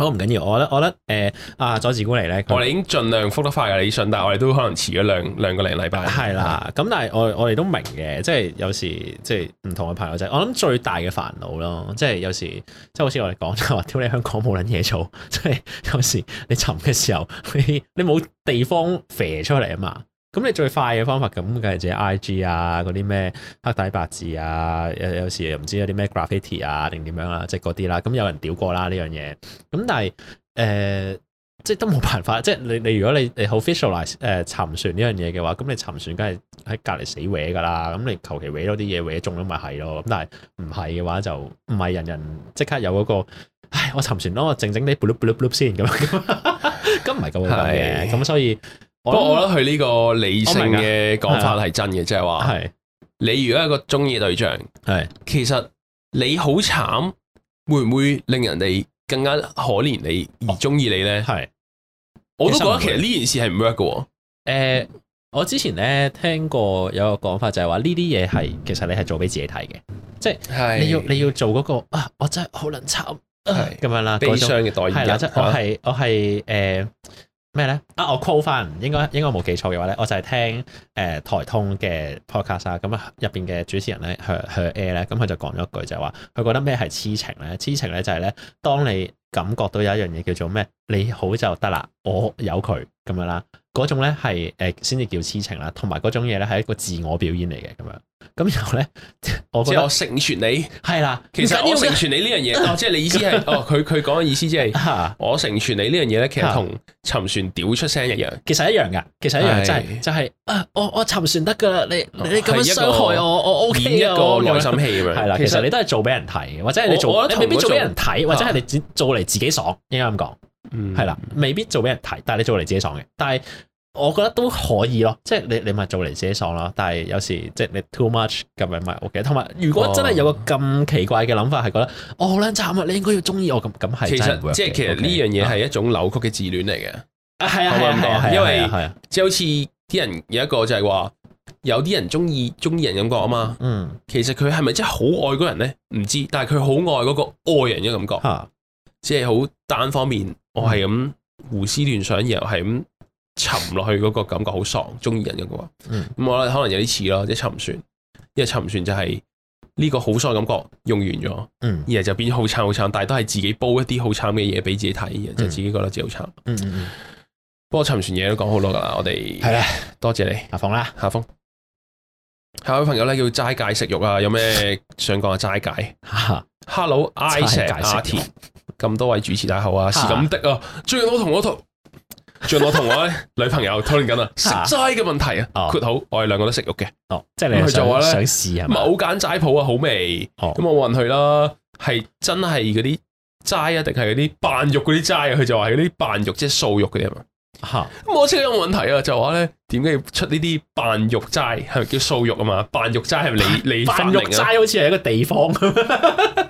[SPEAKER 3] 我唔緊要，我覺得我覺得誒、呃啊佐治古尼咧，
[SPEAKER 1] 我
[SPEAKER 3] 佢
[SPEAKER 1] 哋已經盡量覆得快嘅理信，但係我哋都可能遲咗兩兩個零禮拜。
[SPEAKER 3] 係啦，咁但係我我哋都明嘅，即係有時即係唔同嘅朋友仔，我諗最大嘅煩惱咯，即係有時即係好似我哋講就話，屌你香港冇撚嘢做，即係有時你沉嘅時候，你你冇地方肥出嚟啊嘛。咁你最快嘅方法咁，梗係自己 I G 啊，嗰啲咩黑底白字啊，有有時又唔知有啲咩 graffiti 啊，定點樣啦，即係嗰啲啦。咁有人屌過啦呢樣嘢，咁但係誒、呃即係都冇辦法。即係你你如果你你好 visualize 誒、沉船呢樣嘢嘅話，咁你沉船梗係喺隔離死搲㗎啦。咁你求其搲多啲嘢搲中咗咪係咯。咁但係唔係嘅話就唔係人人即刻有嗰、個，唉，我沉船咯，我靜靜地 blue blue blue 先咁樣。 *laughs* 咁唔係咁好講嘅，
[SPEAKER 1] 係
[SPEAKER 3] 咁所以
[SPEAKER 1] 不
[SPEAKER 3] 諗
[SPEAKER 1] 過我覺得佢呢個理性
[SPEAKER 3] 我明啊
[SPEAKER 1] 嘅講法係真嘅，即係話
[SPEAKER 3] 係
[SPEAKER 1] 你如果一個中意嘅對象。
[SPEAKER 3] 係。
[SPEAKER 1] 其實你好慘，會唔會令人哋更加可憐你而中意你呢？
[SPEAKER 3] 係
[SPEAKER 1] 我都覺得
[SPEAKER 3] 其
[SPEAKER 1] 其
[SPEAKER 3] 實唔會
[SPEAKER 1] 實呢件事係唔 work 嘅
[SPEAKER 3] 誒，呃我之前咧聽過有個講法就係話呢啲嘢係其實你係做俾自己睇嘅，即係
[SPEAKER 1] 喎，
[SPEAKER 3] 你要你要做嗰、個啊，我真係好撚慘啊
[SPEAKER 1] 係
[SPEAKER 3] 咁樣啦，
[SPEAKER 1] 悲
[SPEAKER 3] 嗰種
[SPEAKER 1] 傷嘅代言
[SPEAKER 3] 係啦，
[SPEAKER 1] 人啊
[SPEAKER 3] 即係我係我係誒咩咧？啊，我 call 翻，應該應該冇記錯嘅話咧，我就係聽誒、呃台通嘅 podcast 啊，咁啊入邊嘅主持人咧，佢佢 A 咧，咁佢就講咗一句就係話，佢覺得咩係痴情咧？痴情咧就係咧，當你感覺到有一樣嘢叫做咩，你好就得啦，我有佢咁樣啦，嗰種咧係誒先至叫痴情啦，同埋嗰種嘢咧係一個自我表演嚟嘅咁樣。咁然後咧， *laughs* 我
[SPEAKER 1] 即
[SPEAKER 3] 覺
[SPEAKER 1] 係我
[SPEAKER 3] 得
[SPEAKER 1] 成全你。
[SPEAKER 3] 係啦，
[SPEAKER 1] 其實
[SPEAKER 3] 唔緊
[SPEAKER 1] 我
[SPEAKER 3] 要嘅 *laughs*
[SPEAKER 1] 成全你呢樣嘢，哦，即係你意思係，哦，佢佢講嘅意思即係
[SPEAKER 3] 嚇
[SPEAKER 1] 我成全你呢樣嘢呢，其實
[SPEAKER 3] 啊
[SPEAKER 1] 同沉船屌出聲一樣，
[SPEAKER 3] 其實一樣噶，其實一樣，
[SPEAKER 1] 係
[SPEAKER 3] 就係就係啊，我我沉船得噶啦，你
[SPEAKER 1] 哦
[SPEAKER 3] 你咁樣
[SPEAKER 1] 係一個
[SPEAKER 3] 傷害我，我 O
[SPEAKER 1] 演
[SPEAKER 3] K
[SPEAKER 1] 一
[SPEAKER 3] 嘅，
[SPEAKER 1] 個
[SPEAKER 3] 啊我
[SPEAKER 1] 內心戲咁樣。
[SPEAKER 3] 係啦。其實你都係做俾人睇嘅，或者係你
[SPEAKER 1] 我我
[SPEAKER 3] 做，
[SPEAKER 1] 覺
[SPEAKER 3] 你
[SPEAKER 1] 得
[SPEAKER 3] 未必
[SPEAKER 1] 同嗰
[SPEAKER 3] 做俾
[SPEAKER 1] 種
[SPEAKER 3] 人睇，或者
[SPEAKER 1] 啊
[SPEAKER 3] 係你只做嚟自己爽，應該咁講。
[SPEAKER 1] 嗯
[SPEAKER 3] 係啦，未必做俾人睇，但係你做嚟自己爽嘅。但係我覺得都可以咯，即係你你咪做嚟自己爽咯。但係有時即係你 too much 咁樣咪 OK。同埋如
[SPEAKER 1] 哦
[SPEAKER 3] 果真係有個咁奇怪嘅諗法，係覺得我好撚慘啊，你應該要中意我咁，咁係
[SPEAKER 1] 其
[SPEAKER 3] 真係唔
[SPEAKER 1] 實
[SPEAKER 3] work
[SPEAKER 1] 即係
[SPEAKER 3] 嘅
[SPEAKER 1] 其實
[SPEAKER 3] OK
[SPEAKER 1] 呢樣嘢係一種扭曲嘅自戀嚟嘅。
[SPEAKER 3] 啊係啊
[SPEAKER 1] 可唔
[SPEAKER 3] 係
[SPEAKER 1] 可以
[SPEAKER 3] 啊
[SPEAKER 1] 咁
[SPEAKER 3] 係啊係啊，
[SPEAKER 1] 講因為
[SPEAKER 3] 係啊
[SPEAKER 1] 即係好似啲人有一個就係話，有啲人中意中意人感覺啊嘛，
[SPEAKER 3] 嗯
[SPEAKER 1] 其實佢係咪真係好愛嗰個人呢？唔知，但係佢好愛嗰個愛人嘅感覺，
[SPEAKER 3] 嚇嗯
[SPEAKER 1] 即係好單方面，我係咁胡思亂想，然後係咁沉落去嗰個感覺好爽，中意人嘅話，
[SPEAKER 3] 嗯
[SPEAKER 1] 咁我覺得可能有啲似咯，即係沉船，因為沉船就係呢個好爽嘅感覺用完咗，
[SPEAKER 3] 嗯
[SPEAKER 1] 然後就變咗好慘好慘，但係都係自己煲一啲好慘嘅嘢俾自己睇，然後就自己覺得自己好慘。
[SPEAKER 3] 嗯嗯嗯，
[SPEAKER 1] 不過沉船嘢都講好多噶啦，我哋
[SPEAKER 3] 係啦，
[SPEAKER 1] 多謝你。
[SPEAKER 3] 阿鳳啦。
[SPEAKER 1] 下風。下一位朋友咧叫齋戒食肉啊，有
[SPEAKER 3] *laughs*
[SPEAKER 1] 咩想講啊？齋戒
[SPEAKER 3] 哈
[SPEAKER 1] ，Hello I 石
[SPEAKER 3] 齋戒食肉
[SPEAKER 1] 阿田，咁多位主持大家好啊，是咁的啊。最近我同我同最近我同
[SPEAKER 3] *laughs*
[SPEAKER 1] 我咧女朋友討論緊啊，食齋嘅問題啊
[SPEAKER 3] 哦。
[SPEAKER 1] 括好，我哋兩個都食肉嘅，
[SPEAKER 3] 哦，即係你
[SPEAKER 1] 咁
[SPEAKER 3] 係
[SPEAKER 1] 佢就話
[SPEAKER 3] 想
[SPEAKER 1] 咧
[SPEAKER 3] 想試係嘛？
[SPEAKER 1] 某間齋鋪啊好味，
[SPEAKER 3] 哦
[SPEAKER 1] 咁我問佢啦，係真係嗰啲齋啊，定係嗰啲扮肉嗰啲齋啊？佢就話係嗰啲扮肉即係素肉嗰啲啊嘛。
[SPEAKER 3] 吓
[SPEAKER 1] 咁我即刻有個問題啊，就話咧點解要出呢啲扮肉齋係咪叫素肉啊嘛？扮肉齋係
[SPEAKER 3] *laughs*
[SPEAKER 1] 你你發
[SPEAKER 3] 扮
[SPEAKER 1] 明
[SPEAKER 3] 肉
[SPEAKER 1] 啊？
[SPEAKER 3] 齋好似係一個地方咁樣，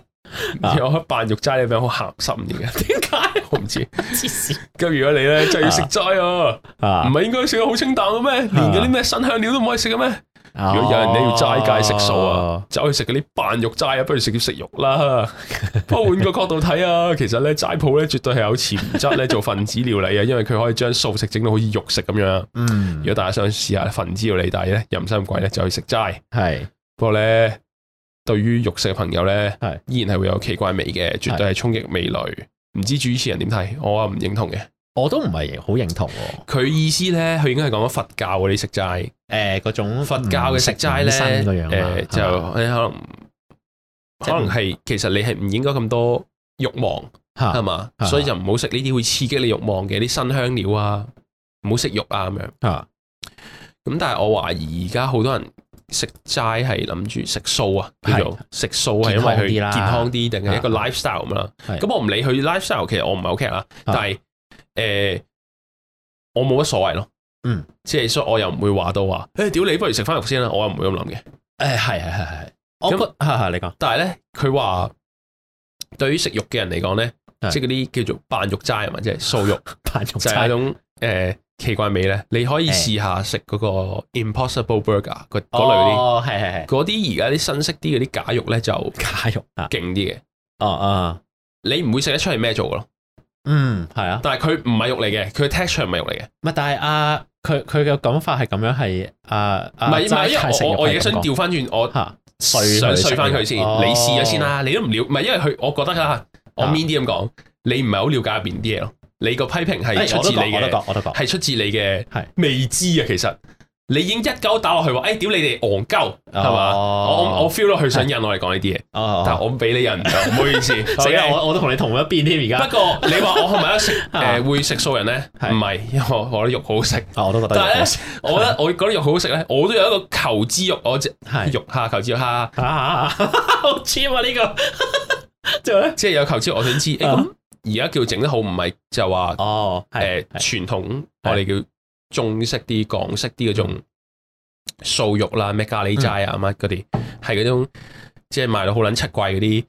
[SPEAKER 1] 我覺得扮肉齋你咪好鹹濕啲嘅，
[SPEAKER 3] *laughs* 點解？
[SPEAKER 1] 我唔知。
[SPEAKER 3] 黐線
[SPEAKER 1] 咁如果你咧真係要食齋啊，唔
[SPEAKER 3] 啊！
[SPEAKER 1] 係應該食得好清淡嘅咩？連嗰啲咩新香料都唔可以食嘅咩？
[SPEAKER 3] 如
[SPEAKER 1] 如果有人咧要齋戒食素
[SPEAKER 3] 哦
[SPEAKER 1] 啊，，走去食嗰啲扮肉齋啊，不如食啲食肉啦。 *laughs* 不過換個角度睇啊，其實咧齋鋪咧絕對係有潛質咧做分子料理啊，因為佢可以將素食整到好似肉食咁樣。
[SPEAKER 3] 嗯
[SPEAKER 1] 如，果大家想試下分子料理，但係咧又唔使咁貴咧，就去食齋。
[SPEAKER 3] 係
[SPEAKER 1] 不過咧，對於肉食嘅朋友咧
[SPEAKER 3] 係，
[SPEAKER 1] 依然係會有奇怪味嘅，絕對係衝擊味蕾。唔知主持人點睇？我啊唔認同嘅。
[SPEAKER 3] 我都唔係好認同喎。
[SPEAKER 1] 佢意思咧，佢應該係講緊佛教嗰啲食齋，
[SPEAKER 3] 誒嗰種
[SPEAKER 1] 佛教嘅食齋咧，
[SPEAKER 3] 誒
[SPEAKER 1] 誒就你可能
[SPEAKER 3] 啊即
[SPEAKER 1] 可
[SPEAKER 3] 係
[SPEAKER 1] 能係其實你係唔應該咁多慾望係
[SPEAKER 3] 嚇
[SPEAKER 1] 嘛，
[SPEAKER 3] 啊
[SPEAKER 1] 所以就唔好食呢啲會刺激你慾望嘅啲新香料啊，唔好食肉啊咁樣。
[SPEAKER 3] 嚇
[SPEAKER 1] 咁但係我懷疑而家好多人食齋係諗住食素啊，叫做食素係因為佢
[SPEAKER 3] 健康啲
[SPEAKER 1] 健
[SPEAKER 3] 啦
[SPEAKER 1] 康啲定係一個
[SPEAKER 3] 啊
[SPEAKER 1] lifestyle 咁啦。
[SPEAKER 3] 係啊
[SPEAKER 1] 咁我唔理佢 lifestyle，其實我唔係好 care 啦，但係誒我冇乜所謂咯。
[SPEAKER 3] 嗯，
[SPEAKER 1] 即係所以我又唔會話到話，誒屌你不如食翻肉先啦，我又唔會咁諗嘅。
[SPEAKER 3] 誒係係係係，我
[SPEAKER 1] 咁
[SPEAKER 3] 覺嚇嚇你 *laughs* 講
[SPEAKER 1] 但係咧，佢話對於食肉嘅人嚟講咧，
[SPEAKER 3] 係
[SPEAKER 1] 即係嗰啲叫做扮肉齋啊嘛，即係素肉，
[SPEAKER 3] 扮 *laughs* 肉
[SPEAKER 1] 就係嗰
[SPEAKER 3] 齋
[SPEAKER 1] 種誒奇怪味咧。你可以
[SPEAKER 3] 誒
[SPEAKER 1] 試下食嗰個 Impossible Burger 嗰嗰類嗰啲。
[SPEAKER 3] 哦係 *laughs* 係係
[SPEAKER 1] 嗰啲而家啲新式啲嗰啲假肉咧就
[SPEAKER 3] 假肉啊，
[SPEAKER 1] 勁啲嘅，
[SPEAKER 3] 哦哦，
[SPEAKER 1] 你唔會食得出係咩做嘅咯。
[SPEAKER 3] 嗯係啊，
[SPEAKER 1] 但係佢唔係肉嚟嘅，佢嘅 texture 唔係肉嚟嘅。
[SPEAKER 3] 唔係但係啊，佢佢嘅講法係咁樣係啊，
[SPEAKER 1] 唔
[SPEAKER 3] 唔
[SPEAKER 1] 係唔係，因為我我我而家想調翻轉，我
[SPEAKER 3] 嚇碎
[SPEAKER 1] 想
[SPEAKER 3] 佢
[SPEAKER 1] 碎翻佢先，
[SPEAKER 3] 哦
[SPEAKER 1] 你試咗先啦。你都唔了，唔係因為佢，我覺得啦，我
[SPEAKER 3] 啊
[SPEAKER 1] mean 啲咁講，你唔係好了解入邊啲嘢咯。你個批評係
[SPEAKER 3] 誒
[SPEAKER 1] 出
[SPEAKER 3] 我
[SPEAKER 1] 自
[SPEAKER 3] 都
[SPEAKER 1] 你
[SPEAKER 3] 哎講我都
[SPEAKER 1] 嘅，
[SPEAKER 3] 講我都講
[SPEAKER 1] 係出自你嘅
[SPEAKER 3] 係
[SPEAKER 1] 未知啊。其實你已經一鳩打落去話，誒哎屌你哋戇鳩係嘛？
[SPEAKER 3] 哦
[SPEAKER 1] 我我 feel 到佢想引我嚟講呢啲嘢，
[SPEAKER 3] 哦
[SPEAKER 1] 但係我俾你引唔到，唔
[SPEAKER 3] *laughs*
[SPEAKER 1] 好意思。
[SPEAKER 3] 死啦！
[SPEAKER 1] OK？
[SPEAKER 3] 我我都同你同一邊添，而
[SPEAKER 1] *laughs*
[SPEAKER 3] 家
[SPEAKER 1] 不過你話我係咪一食
[SPEAKER 3] 啊
[SPEAKER 1] 誒會食素人咧？
[SPEAKER 3] 係
[SPEAKER 1] 唔係，因為我我覺得肉好好食。
[SPEAKER 3] 啊，我都覺得
[SPEAKER 1] 但係 *laughs* 咧，我覺
[SPEAKER 3] 有
[SPEAKER 1] 得我覺得肉好好食咧，我都有一個求之肉，我只
[SPEAKER 3] 係
[SPEAKER 1] 肉蝦求之肉蝦，
[SPEAKER 3] 啊啊，啊好 cheap 啊呢個，之後咧
[SPEAKER 1] 即係有求之肉，我想知誒
[SPEAKER 3] 啊
[SPEAKER 1] 咁而家叫整得好，唔係就話
[SPEAKER 3] 哦
[SPEAKER 1] 誒
[SPEAKER 3] 係係
[SPEAKER 1] 傳統我哋叫中式啲、港式啲嗰種素肉啦，咩咖喱齋
[SPEAKER 3] 嗯
[SPEAKER 1] 啊乜嗰啲，係嗰種即係賣到好撚七貴嗰啲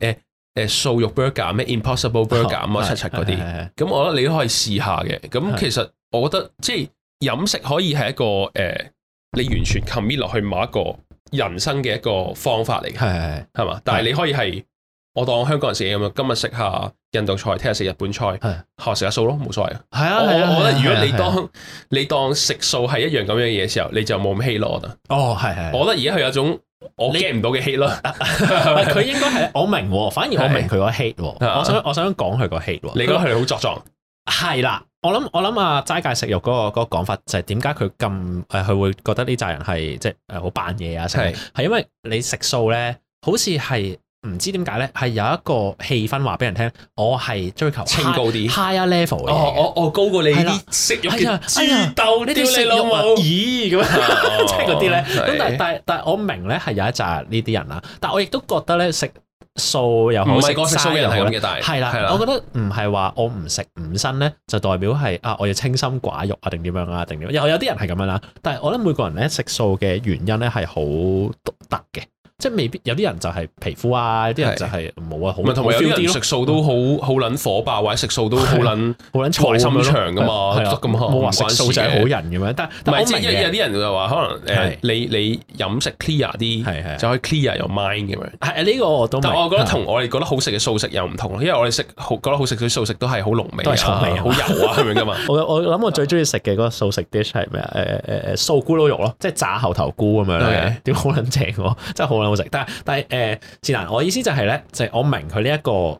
[SPEAKER 1] 誒誒素肉 burger 咩 Impossible burger 啊乜七七嗰啲
[SPEAKER 3] 哦係。係係
[SPEAKER 1] 咁我覺得你都可以試下嘅。咁
[SPEAKER 3] 係
[SPEAKER 1] 其實我覺得即係飲食可以係一個誒、呃你完全 commit 落去某一個人生嘅一個方法嚟嘅，
[SPEAKER 3] 係係係
[SPEAKER 1] 係嘛？但係你可以係我當香港人食嘢咁樣，今日食下印度菜，聽日食日本菜，
[SPEAKER 3] 係
[SPEAKER 1] 學食下素咯，冇所謂嘅。
[SPEAKER 3] 係啊！
[SPEAKER 1] 我
[SPEAKER 3] 係啊
[SPEAKER 1] 我覺得如果你
[SPEAKER 3] 係啊係啊
[SPEAKER 1] 當你當食素係一樣咁樣嘅嘢嘅時候，你就冇咁 hate 咯。我覺得，
[SPEAKER 3] 哦係係，
[SPEAKER 1] 我覺得而家佢有種我 get 唔到嘅
[SPEAKER 3] *laughs*
[SPEAKER 1] hate 咯。
[SPEAKER 3] 係啊佢應該係我明喎，反而我
[SPEAKER 1] 係
[SPEAKER 3] 明佢個 hate
[SPEAKER 1] 啊
[SPEAKER 3] 喎。我想我想講佢個 hate 喎。
[SPEAKER 1] *laughs* 你覺得佢哋好作狀？
[SPEAKER 3] 係啦，我諗我諗啊，齋戒食肉嗰個嗰個講法就係點解佢咁誒，佢會覺得呢扎人係即係誒好扮嘢啊，成
[SPEAKER 1] 係
[SPEAKER 3] 係因為你食素咧，好似係唔知點解咧，係有一個氣氛話俾人聽，我係追求
[SPEAKER 1] 清高啲
[SPEAKER 3] higher level 嘅嘢嘅。
[SPEAKER 1] 我我高過你
[SPEAKER 3] 係啦
[SPEAKER 1] 啲食肉
[SPEAKER 3] 哎呀
[SPEAKER 1] 嘅
[SPEAKER 3] 哎呀
[SPEAKER 1] 豬兜，
[SPEAKER 3] 呢
[SPEAKER 1] 屌
[SPEAKER 3] 啲啊
[SPEAKER 1] 你
[SPEAKER 3] 食
[SPEAKER 1] 老
[SPEAKER 3] 肉啊
[SPEAKER 1] 母！哦
[SPEAKER 3] 咦咁樣。 *laughs* 即係嗰啲咧，咁但係
[SPEAKER 1] 係
[SPEAKER 3] 但係但係我明咧係有一扎呢啲人啦，啊但我亦都覺得咧食素又好，
[SPEAKER 1] 唔係個食素嘅人係
[SPEAKER 3] 齋
[SPEAKER 1] 咁
[SPEAKER 3] 又好呢
[SPEAKER 1] 嘅，但係
[SPEAKER 3] 係啦，我覺得唔係話我唔食五辛咧，就代表係啊，我要清心寡欲啊，定點樣啊，定點樣？又有啲人係咁樣啦，但係我覺得每個人咧食素嘅原因咧係好獨特嘅，即係未必有啲人就係皮膚啊，有啲人就係冇啊，好
[SPEAKER 1] 唔係同埋有啲
[SPEAKER 3] 好 feel 啲
[SPEAKER 1] 人
[SPEAKER 3] 咯嗯啊
[SPEAKER 1] 食素都好好撚火爆，或者食素都好撚
[SPEAKER 3] 好撚
[SPEAKER 1] 壞心腸噶嘛，
[SPEAKER 3] 係
[SPEAKER 1] 得
[SPEAKER 3] 啊
[SPEAKER 1] 咁可能
[SPEAKER 3] 冇話
[SPEAKER 1] 唔關
[SPEAKER 3] 食素
[SPEAKER 1] 事
[SPEAKER 3] 就係
[SPEAKER 1] 嘅
[SPEAKER 3] 好。人咁樣，但
[SPEAKER 1] 唔
[SPEAKER 3] 但我
[SPEAKER 1] 係，
[SPEAKER 3] 明
[SPEAKER 1] 即係有有
[SPEAKER 3] 嘅，
[SPEAKER 1] 啲人就話可能誒
[SPEAKER 3] 係，
[SPEAKER 1] 你你飲食 clear
[SPEAKER 3] 係係
[SPEAKER 1] 啲，就可以 clear your mind 咁樣。
[SPEAKER 3] 係呢個我都明，啊
[SPEAKER 1] 但我覺得同我哋覺得好食嘅素食又唔同，因為我哋食好覺得好食嘅素食都係好濃味
[SPEAKER 3] 都
[SPEAKER 1] 啊、
[SPEAKER 3] 係重味啊
[SPEAKER 1] 好
[SPEAKER 3] *laughs*
[SPEAKER 1] 油啊咁樣噶嘛。
[SPEAKER 3] 我我諗我最中意食嘅嗰個素食 dish 係咩啊？誒誒誒素咕嚕肉咯，即係炸猴頭菇咁樣咧
[SPEAKER 1] Okay，
[SPEAKER 3] 屌好撚正喎，真係好撚好食。但係但係誒，志南，我意思就係咧，就係我明佢呢一個誒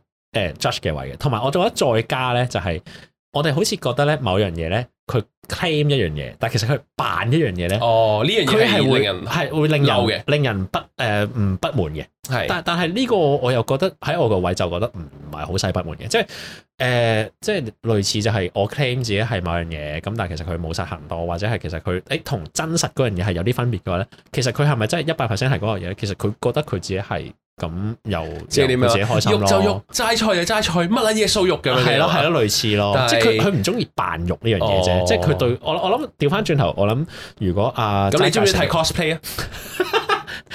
[SPEAKER 3] judge 嘅位嘅，同埋我覺得再加咧就係我哋好似覺得咧某樣嘢咧，佢 claim 一樣嘢，但係其實佢扮一樣嘢咧，
[SPEAKER 1] 哦，呢樣
[SPEAKER 3] 佢
[SPEAKER 1] 嘢係
[SPEAKER 3] 係
[SPEAKER 1] 令
[SPEAKER 3] 會
[SPEAKER 1] 人
[SPEAKER 3] 係會令人
[SPEAKER 1] 嬲嘅
[SPEAKER 3] 令人不誒唔不滿嘅。
[SPEAKER 1] 係
[SPEAKER 3] 但但係呢個我又覺得喺我個位就覺得唔唔係好使不滿嘅，即係誒、呃即係類似就係我 claim 自己係某樣嘢，咁但係其實佢冇實行到，或者係其實佢誒同真實嗰樣嘢係有啲分別嘅話咧，其實佢係咪真係一百 percent 係嗰樣嘢咧？其實佢覺得佢自己係咁又
[SPEAKER 1] 即係點
[SPEAKER 3] 由佢自己
[SPEAKER 1] 啊？
[SPEAKER 3] 開心
[SPEAKER 1] 肉就肉
[SPEAKER 3] 咯，，
[SPEAKER 1] 齋菜就齋菜，乜撚嘢素肉咁樣。
[SPEAKER 3] 係咯係咯，類似咯
[SPEAKER 1] 但，係
[SPEAKER 3] 即係佢佢唔中意扮肉呢樣嘢
[SPEAKER 1] 哦
[SPEAKER 3] 啫，即係佢對我我諗調翻轉頭，我諗如果啊，
[SPEAKER 1] 咁你中唔中意
[SPEAKER 3] 齋戒
[SPEAKER 1] 睇
[SPEAKER 3] 食
[SPEAKER 1] cosplay 啊？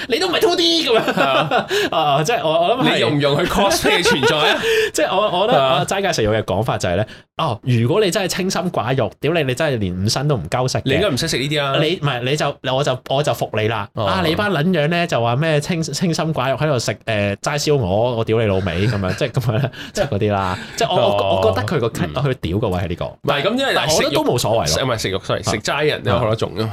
[SPEAKER 3] 你都唔係 two D 咁樣 *laughs* 啊！即係我我諗係
[SPEAKER 1] 你容唔容許 cosplay 嘅存在
[SPEAKER 3] *laughs*
[SPEAKER 1] 啊？
[SPEAKER 3] 即係我我覺得
[SPEAKER 1] 啊
[SPEAKER 3] 啊齋戒食肉嘅講法就係咧，哦，如果你真係清心寡欲，屌你你真係連五辛都唔夠食嘅
[SPEAKER 1] 你應該唔識食呢啲啊。
[SPEAKER 3] 你唔係你就我就我就服你啦！
[SPEAKER 1] 哦
[SPEAKER 3] 啊，你班撚樣咧就話咩清清心寡欲喺度食誒齋燒鵝，我屌你老味咁樣，即係咁樣咧，
[SPEAKER 1] *laughs*
[SPEAKER 3] 即係嗰啲啦。即係我我我覺得佢個佢屌個位係呢個，
[SPEAKER 1] 哦嗯唔係咁，因為
[SPEAKER 3] 但係我覺
[SPEAKER 1] 食
[SPEAKER 3] 得都
[SPEAKER 1] 肉
[SPEAKER 3] 冇所謂
[SPEAKER 1] 食
[SPEAKER 3] 咯。
[SPEAKER 1] 唔係食肉，sorry，食齋人有好多種噶嘛。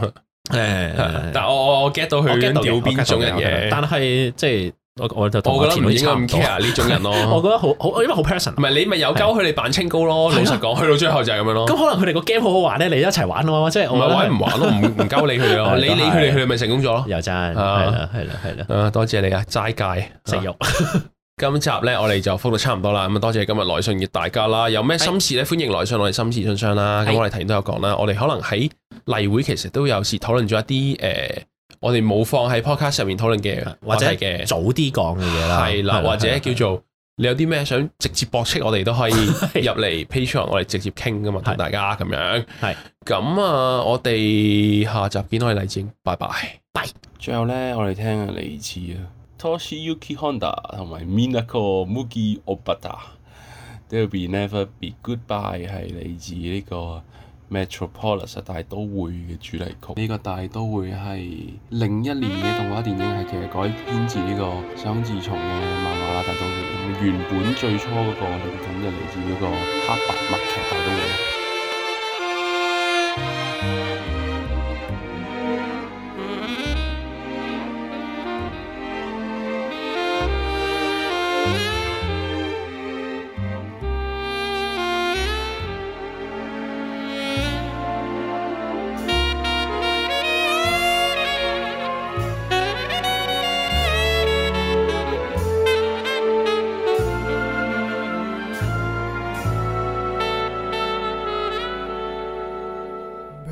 [SPEAKER 3] 誒，
[SPEAKER 1] 但我我我 get 到佢
[SPEAKER 3] 我
[SPEAKER 1] 想
[SPEAKER 3] get 到
[SPEAKER 1] 屌
[SPEAKER 3] 嘅
[SPEAKER 1] 邊種人
[SPEAKER 3] 我 get
[SPEAKER 1] 嘅，
[SPEAKER 3] 到嘅但係即係我我就同
[SPEAKER 1] 我
[SPEAKER 3] 我
[SPEAKER 1] 覺得
[SPEAKER 3] 前
[SPEAKER 1] 唔
[SPEAKER 3] 面
[SPEAKER 1] 應該
[SPEAKER 3] 差唔
[SPEAKER 1] 咁
[SPEAKER 3] 多。
[SPEAKER 1] care 嗯呢種人
[SPEAKER 3] *laughs* 我
[SPEAKER 1] 咯。
[SPEAKER 3] 覺得好好，因為好 person
[SPEAKER 1] 唔。係你咪有鳩佢哋扮清高咯。
[SPEAKER 3] 係
[SPEAKER 1] 老
[SPEAKER 3] 啊
[SPEAKER 1] 實講，去到最後就係咁樣咯。
[SPEAKER 3] 咁可能佢哋個 game 好好玩咧，你一齊玩啊嘛，即係
[SPEAKER 1] 唔
[SPEAKER 3] 我
[SPEAKER 1] 係
[SPEAKER 3] 覺得
[SPEAKER 1] 玩唔玩咯，唔唔鳩理佢咯。
[SPEAKER 3] *laughs* 係
[SPEAKER 1] 你理佢哋，
[SPEAKER 3] 都係
[SPEAKER 1] 佢哋咪成功咗咯。
[SPEAKER 3] 又真係
[SPEAKER 1] 啊
[SPEAKER 3] 啦，係啦，係啦，
[SPEAKER 1] 啊，多謝你啊，齋戒
[SPEAKER 3] 食肉
[SPEAKER 1] 今集咧，我哋就覆到差唔多啦。咁啊，多謝今日來信嘅大家啦。有咩心事咧，歡迎來信我哋心事信箱啦。咁
[SPEAKER 3] 係
[SPEAKER 1] 我哋頭先都有講啦，我哋可能喺例會其實都有時討論咗一啲誒、呃我哋冇放喺 podcast 上面討論嘅
[SPEAKER 3] 或者
[SPEAKER 1] 話題嘅
[SPEAKER 3] 早啲講嘅嘢啦，
[SPEAKER 1] 係啦，或者叫
[SPEAKER 3] 係啊
[SPEAKER 1] 做你有啲咩想直接駁斥我哋都可
[SPEAKER 3] *laughs*
[SPEAKER 1] 以入嚟 Patreon，我哋直接傾噶嘛，同
[SPEAKER 3] 係
[SPEAKER 1] 大家咁樣。
[SPEAKER 3] 係
[SPEAKER 1] 咁啊，我哋下集見，我係黎智英，拜拜。
[SPEAKER 5] 最後咧，我哋聽下嚟自啊 Toshiyuki Honda 同埋 Minako Mugi Obata。There will be never be goodbye 係嚟自呢個 Metropolis 啊大都會嘅主題曲。呢、個大都會係零一年嘅動畫電影，係其實改編自呢個想自從嘅漫畫啦。大都會原本最初嗰個靈感就嚟自嗰個黑白默劇大都會。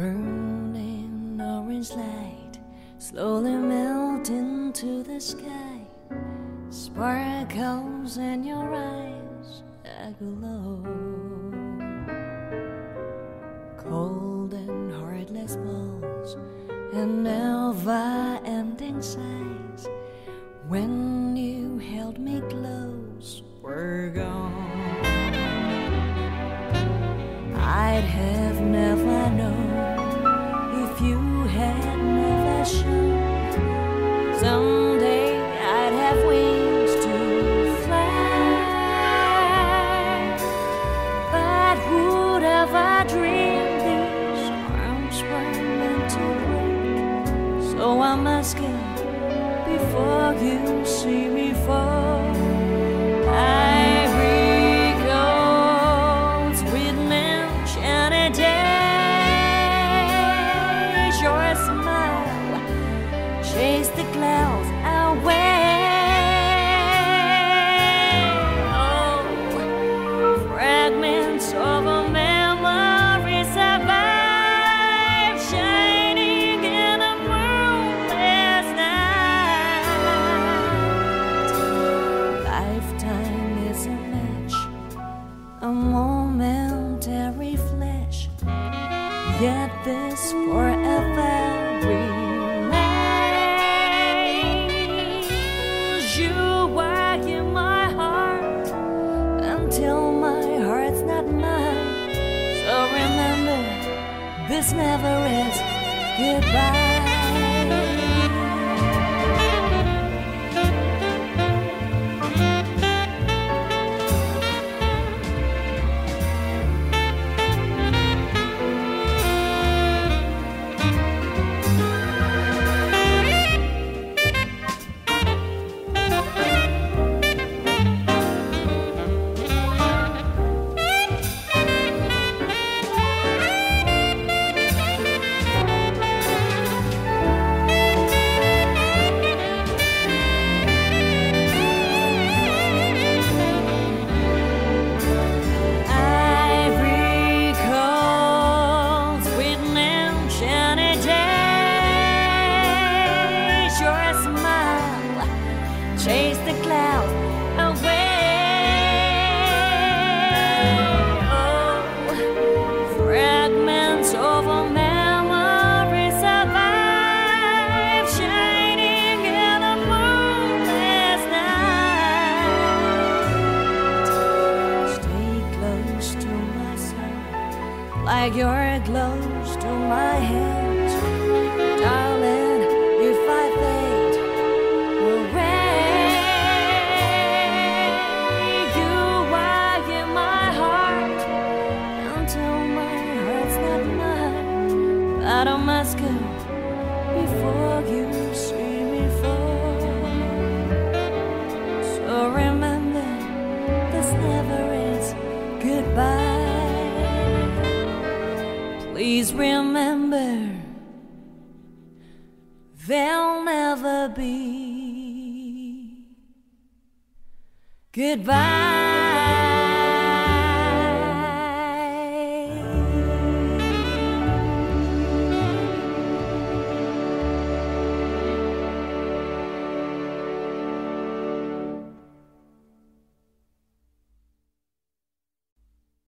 [SPEAKER 7] Burning orange light slowly melt into the sky. Sparkles in your eyes aglow. Cold and heartless balls and never ending sighs. When you held me close, were gone. I'd have never known if you had never shown. Someday I'd have wings to fly. But who'd ever dream these arms were meant to break? So I'm asking before you see me fall. Ivory goes with enchanted days. Your smile chased the clouds away. Oh, fragments of a memory survive, shining in a moonless night. Lifetime is a match, a momentary flash. Yet this forever remains. You work in my heart until my heart's not mine. So remember, this never ends. Goodbye. Oh, Fragments of our memories survive, shining in a moonless night. Stay close to my side, like you're close to my hand, darling. If I fade away, you are in my heart until my heart's not mine. But I must go before you see me fall. So remember, this never is goodbye. Please remember, there'll never be goodbye.